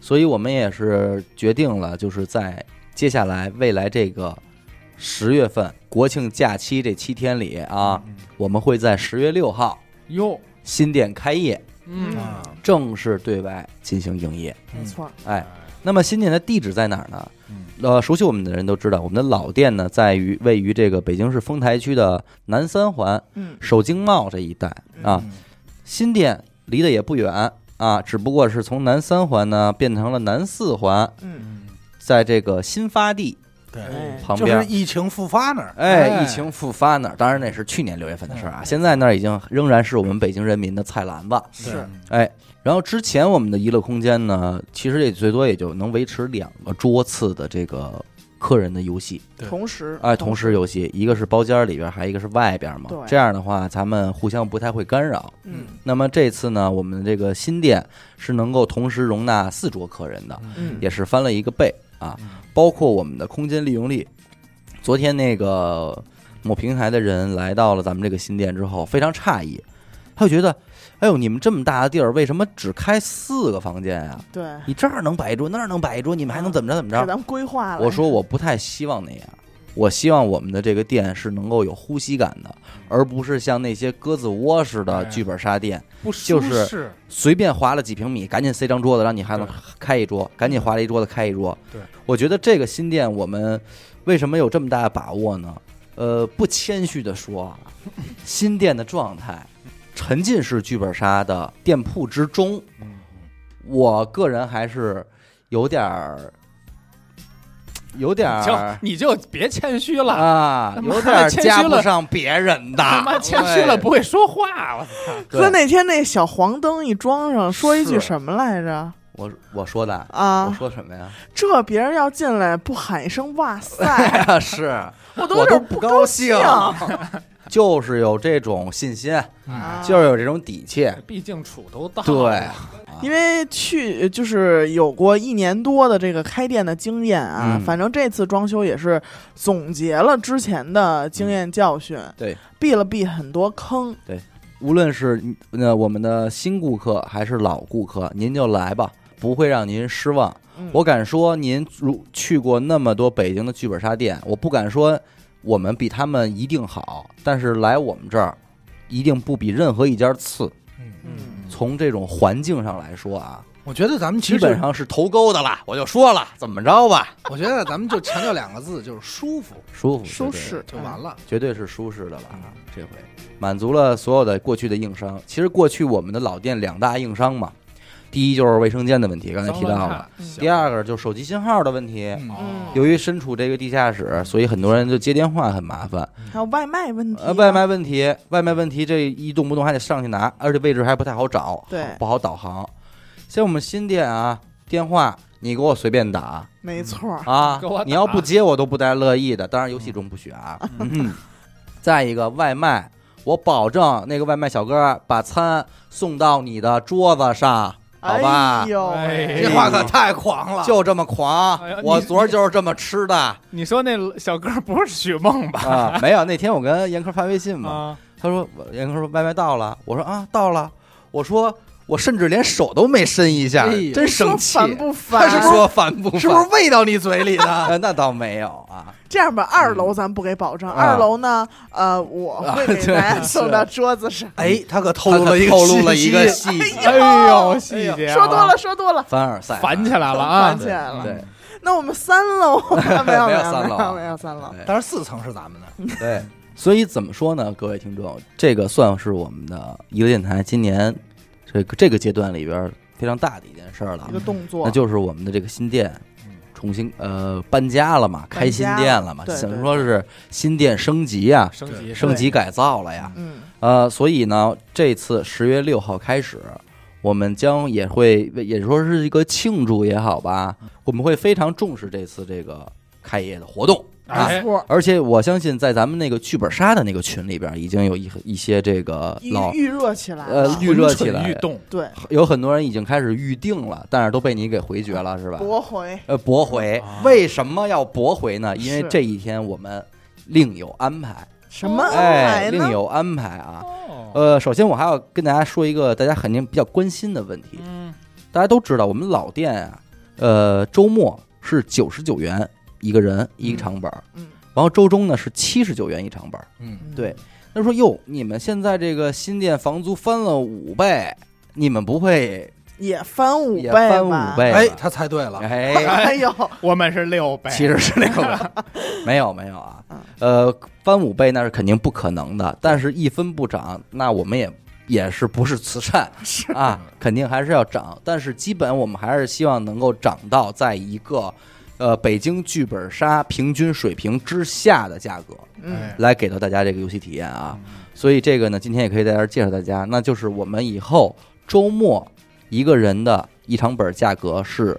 S1: 所以我们也是决定了，就是在接下来未来这个十月份国庆假期这七天里啊，
S4: 嗯
S1: 我们会在十月六号
S4: 哟，
S1: 新店开业，
S4: 嗯
S3: 啊
S1: 正式对外进行营业。
S3: 没错儿，
S1: 哎，那么新店的地址在哪儿呢
S4: 嗯？
S1: 呃，熟悉我们的人都知道，我们的老店呢，在于位于这个北京市丰台区的南三环
S3: 嗯，
S1: 首经贸这一带啊。新店离得也不远啊，只不过是从南三环呢变成了南四环，
S3: 嗯，
S1: 在这个新发地，
S4: 嗯
S2: 对，
S3: 哎
S1: 旁
S2: 就
S1: 边
S2: 是疫情复发那儿，
S1: 哎，
S4: 哎
S1: 疫情复发那儿，当然那是去年六月份的事儿啊，现在那儿已经仍然是我们北京人民的菜篮子，
S2: 是
S1: 哎，然后之前我们的娱乐空间呢，其实也最多也就能维持两个桌次的这个客人的游戏，
S2: 对
S3: 同时，
S1: 哎，同时游戏，一个是包间里边，还有一个是外边嘛
S3: 对，
S1: 这样的话咱们互相不太会干扰。
S3: 嗯
S1: 那么这次呢，我们这个新店是能够同时容纳四桌客人的，
S3: 嗯，
S1: 也是翻了一个倍啊
S4: 嗯，
S1: 包括我们的空间利用率。昨天那个某平台的人来到了咱们这个新店之后，非常诧异，他就觉得，哎呦，你们这么大的地儿，为什么只开四个房间呀、
S3: 对，
S1: 你这儿能摆一桌，那儿能摆一桌，你们还能怎么着怎么
S3: 给
S1: 着？
S3: 咱们规划了，
S1: 我说我不太希望那样，我希望我们的这个店是能够有呼吸感的，而不是像那些鸽子窝似的
S4: 哎
S1: 剧本杀店，
S4: 不
S1: 就
S4: 舒
S1: 是
S4: 适，
S1: 随便划了几平米，赶紧塞张桌子，让你还能
S4: 对
S1: 开一桌，赶紧划了一桌子开一桌。
S4: 对，
S1: 我觉得这个新店我们为什么有这么大的把握呢？呃，不谦虚的说
S4: *laughs*
S1: 啊，新店的状态，沉浸式剧本杀的店铺之中，
S4: 嗯
S1: 我个人还是有点儿，有点
S4: 行
S1: 儿，
S4: 你 *laughs* 就别谦虚了，
S1: 啊，
S4: 他妈
S1: 有点儿
S4: 谦虚
S1: 加不
S4: 了
S1: 上别人的，
S4: 他妈谦虚了
S1: 对
S4: 不会说话，我操！
S1: 对
S3: 和那天那小黄灯一装上，说一句
S1: 是
S3: 什么来着
S1: 我我说的，我
S3: 啊？
S1: 说什么呀？
S3: 这别人要进来不喊一声
S1: *laughs*
S3: 哇塞，
S1: 是。
S3: 我都有
S1: 我都
S3: 点
S1: 不
S3: 高
S1: 兴， *laughs* 就是有这种信心，
S3: 啊
S1: 就是有这种底气。
S4: 毕竟处都到
S1: 对
S4: 了，
S3: 因为去就是有过一年多的这个开店的经验啊，
S1: 嗯
S3: 反正这次装修也是总结了之前的经验教训，
S1: 嗯对，
S3: 避了避很多坑，
S1: 无论是呃我们的新顾客还是老顾客，您就来吧，不会让您失望。
S3: 嗯
S1: 我敢说，您如去过那么多北京的剧本杀店，我不敢说我们比他们一定好，但是来我们这儿一定不比任何一家次。
S3: 嗯
S1: 从这种环境上来说啊，
S2: 我觉得咱们
S1: 基
S2: 其
S1: 本
S2: 实，
S1: 上是头沟的啦，我就说了，怎么着吧，
S2: 我觉得咱们就强调两个字，就是舒服
S1: 舒服
S3: 舒
S1: 对对
S3: 适
S2: 就完了。
S1: 绝对是舒适的了啊！这回满足了所有的过去的硬伤。其实过去我们的老店两大硬伤嘛，第一就是卫生间的问题，刚才提到
S4: 脏
S1: 了；
S4: 乱
S3: 嗯
S1: 第二个就是手机信号的问题。
S2: 嗯
S4: 哦
S1: 由于身处这个地下室，所以很多人就接电话很麻烦。
S3: 还有外卖问题啊，
S1: 呃，外卖问题，外卖问题这一动不动还得上去拿，而且位置还不太好找，
S3: 对
S1: 不好导航。像我们新店啊，电话你给我随便打
S3: 没错儿，
S1: 啊
S2: *laughs*
S4: 给我，打
S1: 你要不接我都不带乐意的。当然游戏中不许啊。嗯 *laughs* 再一个外卖，我保证那个外卖小哥把餐送到你的桌子上，好吧
S3: 哎？呦喂，
S4: 哎
S2: 这话可太狂了，
S1: 就这么狂
S4: 哎呀，你
S1: 我昨儿就是这么吃
S2: *laughs*
S1: 的
S4: 你说那小哥不是许梦吧？
S1: 啊！没有，那天我跟严科发微信嘛，
S4: 啊，
S1: 他说我严哥说外卖到了，我说啊到了，我说我甚至连手都没伸一下，
S2: 哎呦
S1: 真生
S3: 说
S1: 气。
S3: 烦不
S1: 他
S3: 烦？
S1: 是说烦不烦？
S2: 是不是喂到你嘴里的？
S1: 啊呃那倒没有啊，
S3: 这样吧，二楼咱不给保证，
S1: 啊
S3: 二楼呢，呃，我会给大家送到桌子上。
S2: 哎，他可透
S1: 他
S2: 露了一个
S1: 透露了
S2: 信
S1: 一个
S2: 息
S1: 细
S4: *laughs*
S1: 节，
S4: 哎呦，细节啊
S3: 说多了，，说多了，
S1: 凡尔赛啊，
S4: 烦起来了啊
S3: 烦！起来了。
S1: 对
S3: 那我们三
S1: *laughs*
S3: 楼没有
S1: 没有
S3: 有
S1: 三楼啊
S3: 没有没有三楼，
S2: 但是四层是咱们的，
S1: 对，所以怎么说呢，各位听众，这个算是我们的一个电台今年这个这个阶段里边非常大的一件事儿了
S3: 一，个动作
S1: 那。就是我们的这个新店
S2: 嗯。
S1: 重新呃搬家了嘛，开新店了嘛，
S3: 对对
S1: 想说是新店升级啊，
S4: 升级
S1: 升级改造了呀。
S3: 嗯，
S1: 呃，所以呢，这次十月六号开始，我们将也会也说是一个庆祝也好吧，
S3: 嗯
S1: 我们会非常重视这次这个开业的活动。啊
S4: 哎
S3: 没错，
S1: 而且我相信，在咱们那个剧本杀的那个群里边，已经有一一些这个
S3: 预
S1: 老
S3: 预热起来
S1: 呃
S3: 了。
S1: 预热起来
S4: 蠢欲动，
S3: 对，
S1: 有很多人已经开始预定了，但是都被你给回绝了，是吧？
S3: 驳回。
S1: 呃，驳回
S4: 啊。
S1: 为什么要驳回呢？因为
S3: 是
S1: 这一天我们另有安排，
S3: 什么
S1: 哎，
S3: 安排
S1: 另
S3: 呢？
S1: 有安排啊。
S4: 哦，
S1: 呃，首先我还要跟大家说一个大家肯定比较关心的问题。
S4: 嗯，
S1: 大家都知道，我们老店啊，呃，周末是九十九元一个人一长本儿，
S3: 嗯，
S1: 然后周中呢是七十九元一长本儿。
S2: 嗯，
S1: 对，他说：“哟，你们现在这个新店房租翻了五倍，你们不会
S3: 也翻五
S1: 也
S3: 倍
S1: 翻
S3: 吧
S1: 五？倍
S2: 哎，
S1: 吧？
S2: 他猜对了，
S1: 哎，
S3: *laughs* 哎呦，
S4: 我们是六倍，
S1: 其实是那个
S3: *laughs*
S1: 吧，没有没有啊
S3: 嗯，
S1: 呃，翻五倍那是肯定不可能的，但是一分不涨，那我们也也是不是慈
S3: *laughs*
S1: 善啊，肯定还是要涨，但是基本我们还是希望能够涨到在一个呃北京剧本杀平均水平之下的价格。
S3: 嗯，
S4: 哎
S1: 来给到大家这个游戏体验啊。所以这个呢，今天也可以在这儿介绍大家，那就是我们以后周末一个人的一场本价格是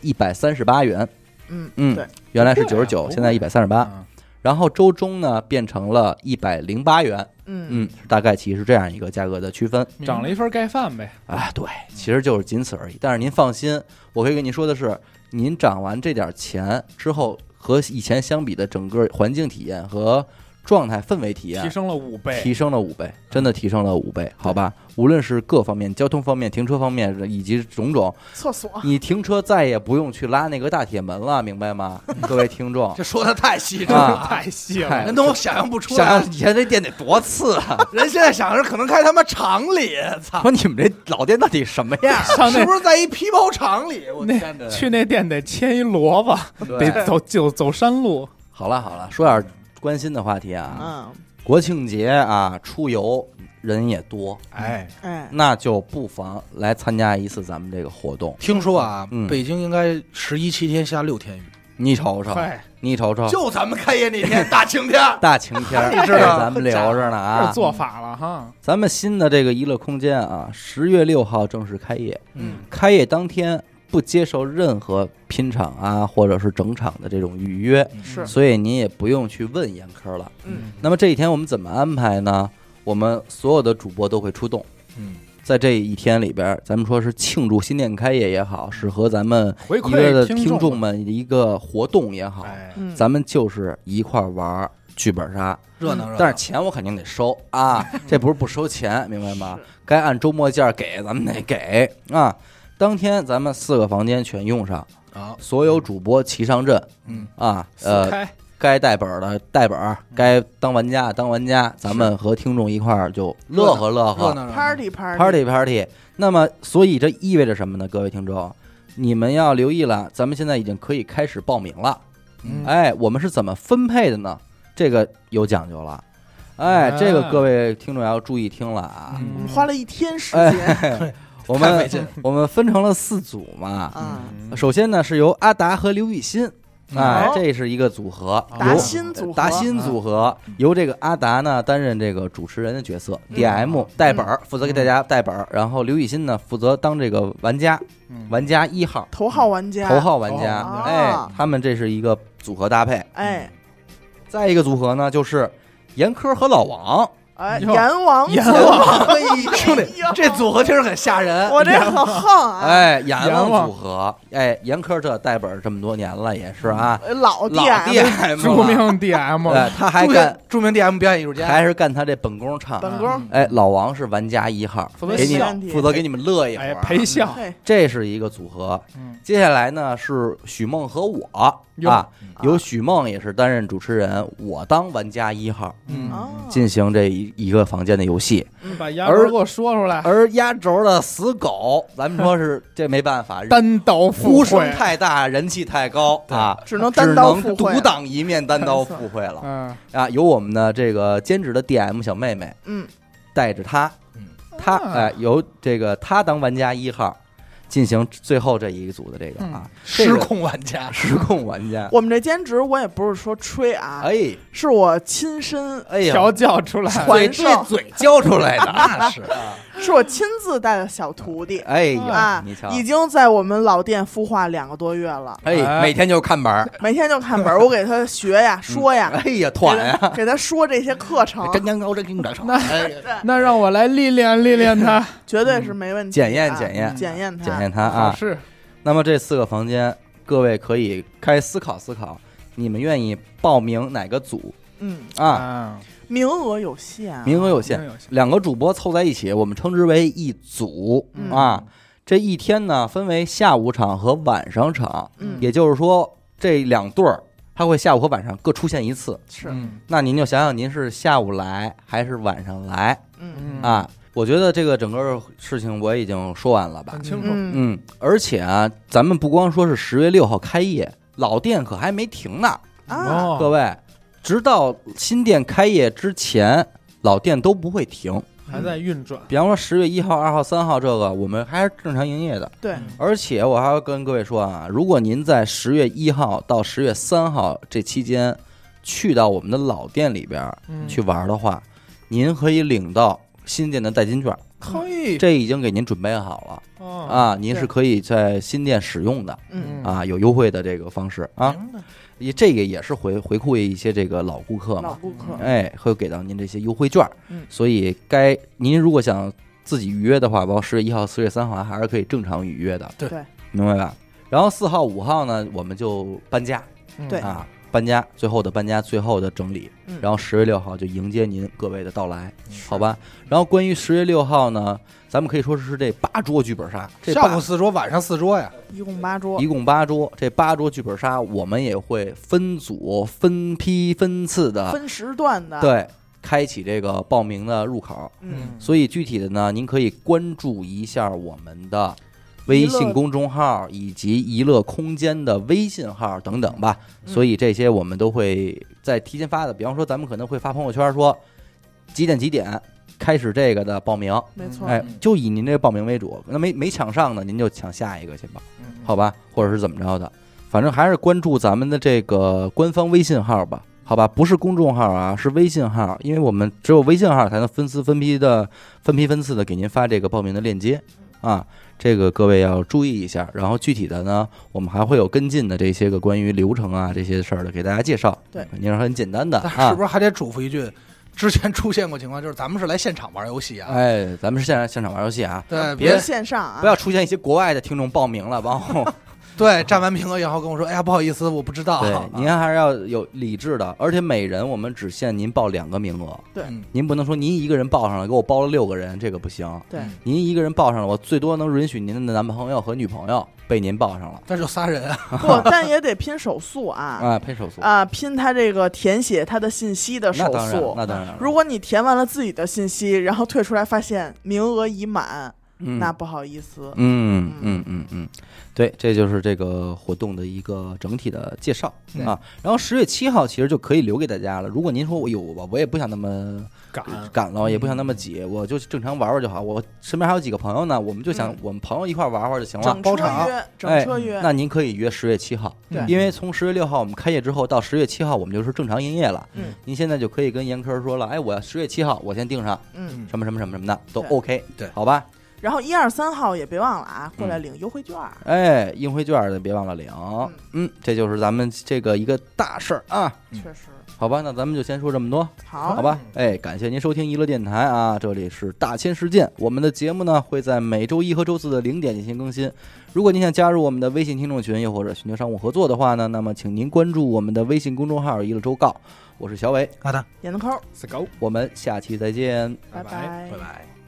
S1: 一百三十八元，
S3: 嗯
S1: 嗯
S3: 对，
S1: 原来是
S4: 不
S1: 九十
S4: 贵啊
S1: 九，
S4: 不
S1: 现在一百三十八。
S4: 嗯
S1: 然后周中呢变成了一百零八元，
S3: 嗯
S1: 嗯，大概其实是这样一个价格的区分
S4: 涨了一份盖饭呗，
S1: 啊。对，其实就是仅此而已。但是您放心，我可以跟您说的是，您涨完这点钱之后，和以前相比的整个环境体验和状态氛围体验
S4: 提升了五倍，
S1: 嗯提升了五倍，真的提升了五倍，好吧？无论是各方面，交通方面、停车方面，以及种种，
S3: 厕所
S1: 你停车再也不用去拉那个大铁门了，明白吗？各位听众，
S2: 这说的太细致
S1: 啊
S2: 了，
S4: 太细
S1: 太
S4: 了，
S2: 人都想象不出
S1: 想
S2: 来
S1: 想。以前这店得多次
S2: *laughs*
S1: 啊！
S2: 人现在想着可能开他妈厂里，操， *laughs*
S1: 说你们这老店到底什么样？
S4: 上
S2: 是
S4: 那
S2: 不是在一皮包厂里？我
S4: 那
S2: 天哪！
S4: 去那店得牵一骡子，得走就走山路，
S1: 好了好了，说点关心的话题啊，
S3: 嗯，
S1: 国庆节啊，出游人也多，
S4: 哎，
S3: 哎，
S1: 那就不妨来参加一次咱们这个活动。
S2: *laughs* 听说啊
S1: 嗯，
S2: 北京应该十一七天下六天雨，
S1: 你瞅瞅，
S4: 快，
S1: 你瞅瞅，
S2: 哦就咱们开业那天大晴天，
S1: 大晴天儿，
S2: 你知道
S1: 给咱们留着呢啊！
S4: 这做法了哈，
S1: 咱们新的这个娱乐空间啊，十月六号正式开业。
S3: 嗯，
S1: 开业当天不接受任何拼场啊，或者是整场的这种预约，
S3: 是
S1: 所以您也不用去问严科了。
S3: 嗯，
S1: 那么这一天我们怎么安排呢？我们所有的主播都会出动，
S2: *laughs* 嗯，
S1: 在这一天里边，咱们说是庆祝新店开业也好，是和咱们
S4: 回
S1: 娱乐
S4: 馈
S1: 的听
S4: 众
S1: 众
S4: 嘛，
S1: 们一个活动也好，
S4: 哎，
S3: 嗯
S1: 咱们就是一块儿玩儿剧本杀。
S2: 热闹热闹。
S1: 但是钱我肯定得收 *laughs* 啊，这不是不收钱，明白吗
S3: 是？
S1: 该按周末价给，咱们得给啊。当天咱们四个房间全用上，
S2: 啊，
S1: 所有主播齐上阵
S2: 嗯，
S1: 啊，
S4: 四
S1: 呃，
S4: 开，
S1: 该带本儿的带本儿，该当玩家的当玩家，咱们和听众一块儿就乐呵乐
S2: 热
S1: 呵
S2: 闹热闹。
S3: ，party party
S1: ，party party。那么，所以这意味着什么呢？各位听众，你们要留意了，咱们现在已经可以开始报名了。
S2: 嗯
S1: 哎，我们是怎么分配的呢？这个有讲究了。哎，这个
S4: 啊
S1: 各位听众要注意听了啊！哎
S3: 我
S4: 嗯
S3: 们花了一天时间，
S1: *laughs* 我
S2: 太
S1: 们
S2: 费劲
S1: 我们分成了四组嘛。
S3: 嗯，
S1: 首先呢，是由阿达和刘雨欣，哎，这是一个组合，
S3: 哦达
S1: 由
S3: 新组合，
S1: 达新组合由这个阿达呢担任这个主持人的角色
S3: 嗯
S1: ，DM 带本儿，负责给大家带本儿，然后刘雨欣呢负责当这个玩家，
S4: 嗯
S1: 玩家一号，
S3: 头号玩家，
S1: 头，号玩家
S3: 头号，玩家
S1: 哎
S3: 啊，
S1: 他们这是一个组合搭配。
S3: 哎
S1: 再一个组合呢，就是严苛和老王，
S3: 哎，
S4: 哟
S3: 阎王
S4: 阎
S3: 组
S1: *laughs*
S2: 王
S3: 合，哎
S2: 兄弟
S3: 呦，
S2: 这组合听着很吓人。
S3: 我这很横啊，
S1: 哎，阎
S4: 阎
S1: 王
S4: 王
S1: 组合，哎，严苛这带本儿这么多年了，也是啊，
S3: 呃嗯老
S1: 老嗯
S3: DM
S1: DM 了
S4: 著，名 DM，
S1: 哎，他还
S2: 著名
S1: 干
S2: 著名 DM 表演艺术家，
S1: 还是干他这本宫唱。
S3: 本宫，
S1: 哎，老王是玩家一号，
S4: 负责
S1: 给
S3: 笑
S1: 你负责给你们乐一会
S4: 哎
S1: 儿，啊
S4: 陪笑，
S3: 嘿，
S1: 这是一个组合。
S4: 嗯
S1: 接下来呢是许梦和我
S4: 哟嗯
S1: 啊，由
S3: 啊
S1: 许梦也是担任主持人，我当玩家一号
S4: 嗯，
S3: 哦
S1: 进行这一一个房间的游戏。
S4: 把牙根儿给我说出来，
S1: 而压轴的死狗，咱们说
S4: *laughs*
S1: 是这没办法，
S4: 单刀赴
S1: 呼声
S4: 会，啊
S1: 太大，人气太高啊，
S3: 只能
S1: 只
S3: 单刀
S1: 能
S3: 赴
S1: 独
S3: 会，
S1: 当一面，单刀赴会了
S4: 嗯，
S1: 啊！有我们的这个兼职的 DM 小妹妹
S3: 嗯，
S1: 带着她
S2: 嗯，
S1: 她
S4: 啊
S1: 哎由这个她当玩家一号，进行最后这一组的这个 *laughs* 啊这
S2: 失
S1: 个
S2: 控玩家，
S1: 失控玩家，
S3: 我们这兼职我也不是说吹啊，
S1: 哎
S3: 是我亲身，
S1: 哎呀，
S4: 调教出来，
S1: 嘴
S3: 传授
S1: 对嘴教出来的，
S2: 哎 *laughs* 那是
S3: 是我亲自带的小徒弟
S1: 哎呀
S3: 啊，
S1: 你瞧，
S3: 已经在我们老店孵化两个多月了，
S1: 哎每天就看本儿，
S3: 每天就看本儿，我给他学呀， *laughs* 说呀，
S1: 哎呀，团呀，哎
S3: 给他说这些课程， *laughs*
S1: 真羊羔真金掌上，
S4: 那让我来历练历练他，
S3: 绝对是没问题的
S1: 嗯
S3: 啊。
S1: 检验检验
S3: 检验
S1: *laughs*
S3: 他，
S1: 检验它
S4: 好
S1: 啊。
S4: 事，
S1: 那么这四个房间，各位可以开思考思考，你们愿意报名哪个组
S3: 嗯，
S1: 啊？
S4: 啊，
S3: 名额有限啊，
S1: 名额有限，
S4: 真有心
S1: 两个主播凑在一起，我们称之为一组
S3: 嗯
S1: 啊。这一天呢，分为下午场和晚上场，
S3: 嗯
S1: 也就是说这两对儿，他会下午和晚上各出现一次。
S3: 是，
S4: 嗯
S1: 那您就想想，您是下午来还是晚上来
S3: 嗯
S4: 嗯，
S1: 啊？我觉得这个整个事情我已经说完了吧
S4: 很。清楚，
S3: 嗯
S1: 嗯，而且啊，咱们不光说是十月六号开业，老店可还没停呢，
S3: 啊，
S4: 哦
S1: 各位，直到新店开业之前，老店都不会停。
S4: 还在运转，
S1: 比方说十月一号、二号、三号这个，我们还是正常营业的。
S3: 对，
S1: 而且我还要跟各位说啊，如果您在十月一号到十月三号这期间去到我们的老店里边儿
S4: 嗯
S1: 去玩的话，您可以领到新店的代金券，
S4: 嘿，
S1: 这已经给您准备好了
S4: 啊，
S1: 啊，您是可以在新店使用的
S3: 嗯，
S1: 啊，有优惠的这个方式啊，
S2: 明白
S1: 也这个也是回回馈一些这个老顾客
S3: 老
S1: 嘛，
S3: 顾客，
S1: 哎，会给到您这些优惠券
S3: 嗯，
S1: 所以该您如果想自己预约的话，包括十月一号、四月三号还是可以正常预约的，
S2: 对
S3: 对，
S1: 明白吧？然后四号、五号呢，我们就搬家
S4: 嗯
S3: 对
S1: 啊，搬家，最后的搬家，最后的整理，
S3: 嗯
S1: 然后十月六号就迎接您各位的到来，好吧？然后关于十月六号呢，咱们可以说是这八桌剧本杀，这
S2: 下午
S1: 八
S2: 四桌，晚上四桌呀，
S3: 一共八桌
S1: 一，共八桌，这八桌剧本杀我们也会分组、分批、分次的
S3: 分时段的，，
S1: 对开启这个报名的入口。
S3: 嗯，
S1: 所以具体的呢，您可以关注一下我们的微信公众号以及娱乐空间的微信号等等吧。
S3: 嗯
S1: 所以这些我们都会在提前发的，比方说咱们可能会发朋友圈说几点几点开始这个的报名，
S3: 没错，
S1: 哎，就以您这个报名为主。那没没抢上的，您就抢下一个去吧，
S4: 嗯
S1: 好吧，或者是怎么着的，反正还是关注咱们的这个官方微信号吧。好吧，不是公众号啊，是微信号，因为我们只有微信号才能分次分批的、分批分次的给您发这个报名的链接啊，这个各位要注意一下。然后具体的呢，我们还会有跟进的这些个关于流程啊这些事儿的给大家介绍，
S3: 对
S1: 肯定是很简单的
S2: 但是
S1: 啊
S2: 不。是还得嘱咐一句？之前出现过情况，就是咱们是来现场玩游戏啊，
S1: 哎，咱们是现场现场玩游戏啊，
S2: 对，
S1: 别
S3: 不
S2: 别
S3: 是线上啊，
S1: 不要出现一些国外的听众报名了，然后
S2: 对占完名额以后跟我说，哎呀，不好意思，我不知道。啊
S1: 对，您还是要有理智的，而且每人我们只限您报两个名额，
S3: 对
S2: 嗯
S1: 您不能说您一个人报上了，给我报了六个人，这个不行。 *laughs*
S3: 对，
S1: 您一个人报上了，我最多能允许您的男朋友和女朋友被您报上了，
S2: 但是有仨人啊，
S3: 不，但也得拼手速啊，
S1: 啊，配手速，
S3: 啊，拼他这个填写他的信息的
S1: 那
S3: 手
S1: 当然了，
S3: 速。
S1: 那当然了。
S3: 如果你填完了自己的信息，然后退出来发现名额已满，
S1: 嗯
S3: 那不好意思，
S1: 嗯嗯嗯嗯，对，这就是这个活动的一个整体的介绍
S3: 嗯
S4: 对
S1: 啊。然后十月七号其实就可以留给大家了。如果您说我有吧，我也不想那么
S4: 赶
S1: 赶了，也不想那么挤，我就正常玩玩就好。我身边还有几个朋友呢，我们就想我们朋友一块玩玩就行了。
S3: 嗯整
S4: 包
S3: 车
S4: 场
S3: 约，
S1: 哎
S3: 整车约，
S1: 那您可以约十月七号，
S3: 对
S1: 因为从十月六号我们开业之后到十月七号我们就是正常营业了。
S3: 嗯
S1: 您现在就可以跟严科说了，哎，我十月七号我先定上
S3: 嗯。
S1: 什么什么什么什么的都
S3: 对
S1: OK，
S2: 对
S1: 好吧？
S3: 然后一二三号也别忘了啊，过来
S1: 嗯
S3: 领优惠券儿。
S1: 哎，优惠券的别忘了领。嗯，这就是咱们这个一个大事儿啊。
S2: 嗯
S3: 确实
S1: 好吧，那咱们就先说这么多，
S3: 好，
S1: 好吧？哎，感谢您收听娱乐电台啊，这里是大千世界。我们的节目呢会在每周一和周四的零点进行更新。如果您想加入我们的微信听众群，又或者寻求商务合作的话呢，那么请您关注我们的微信公众号“娱乐周告”。我是小伟，
S2: 好的，
S3: 闫子抠儿，
S4: ，Let's go，
S1: 我们下期再见。
S3: 拜拜
S2: 拜拜。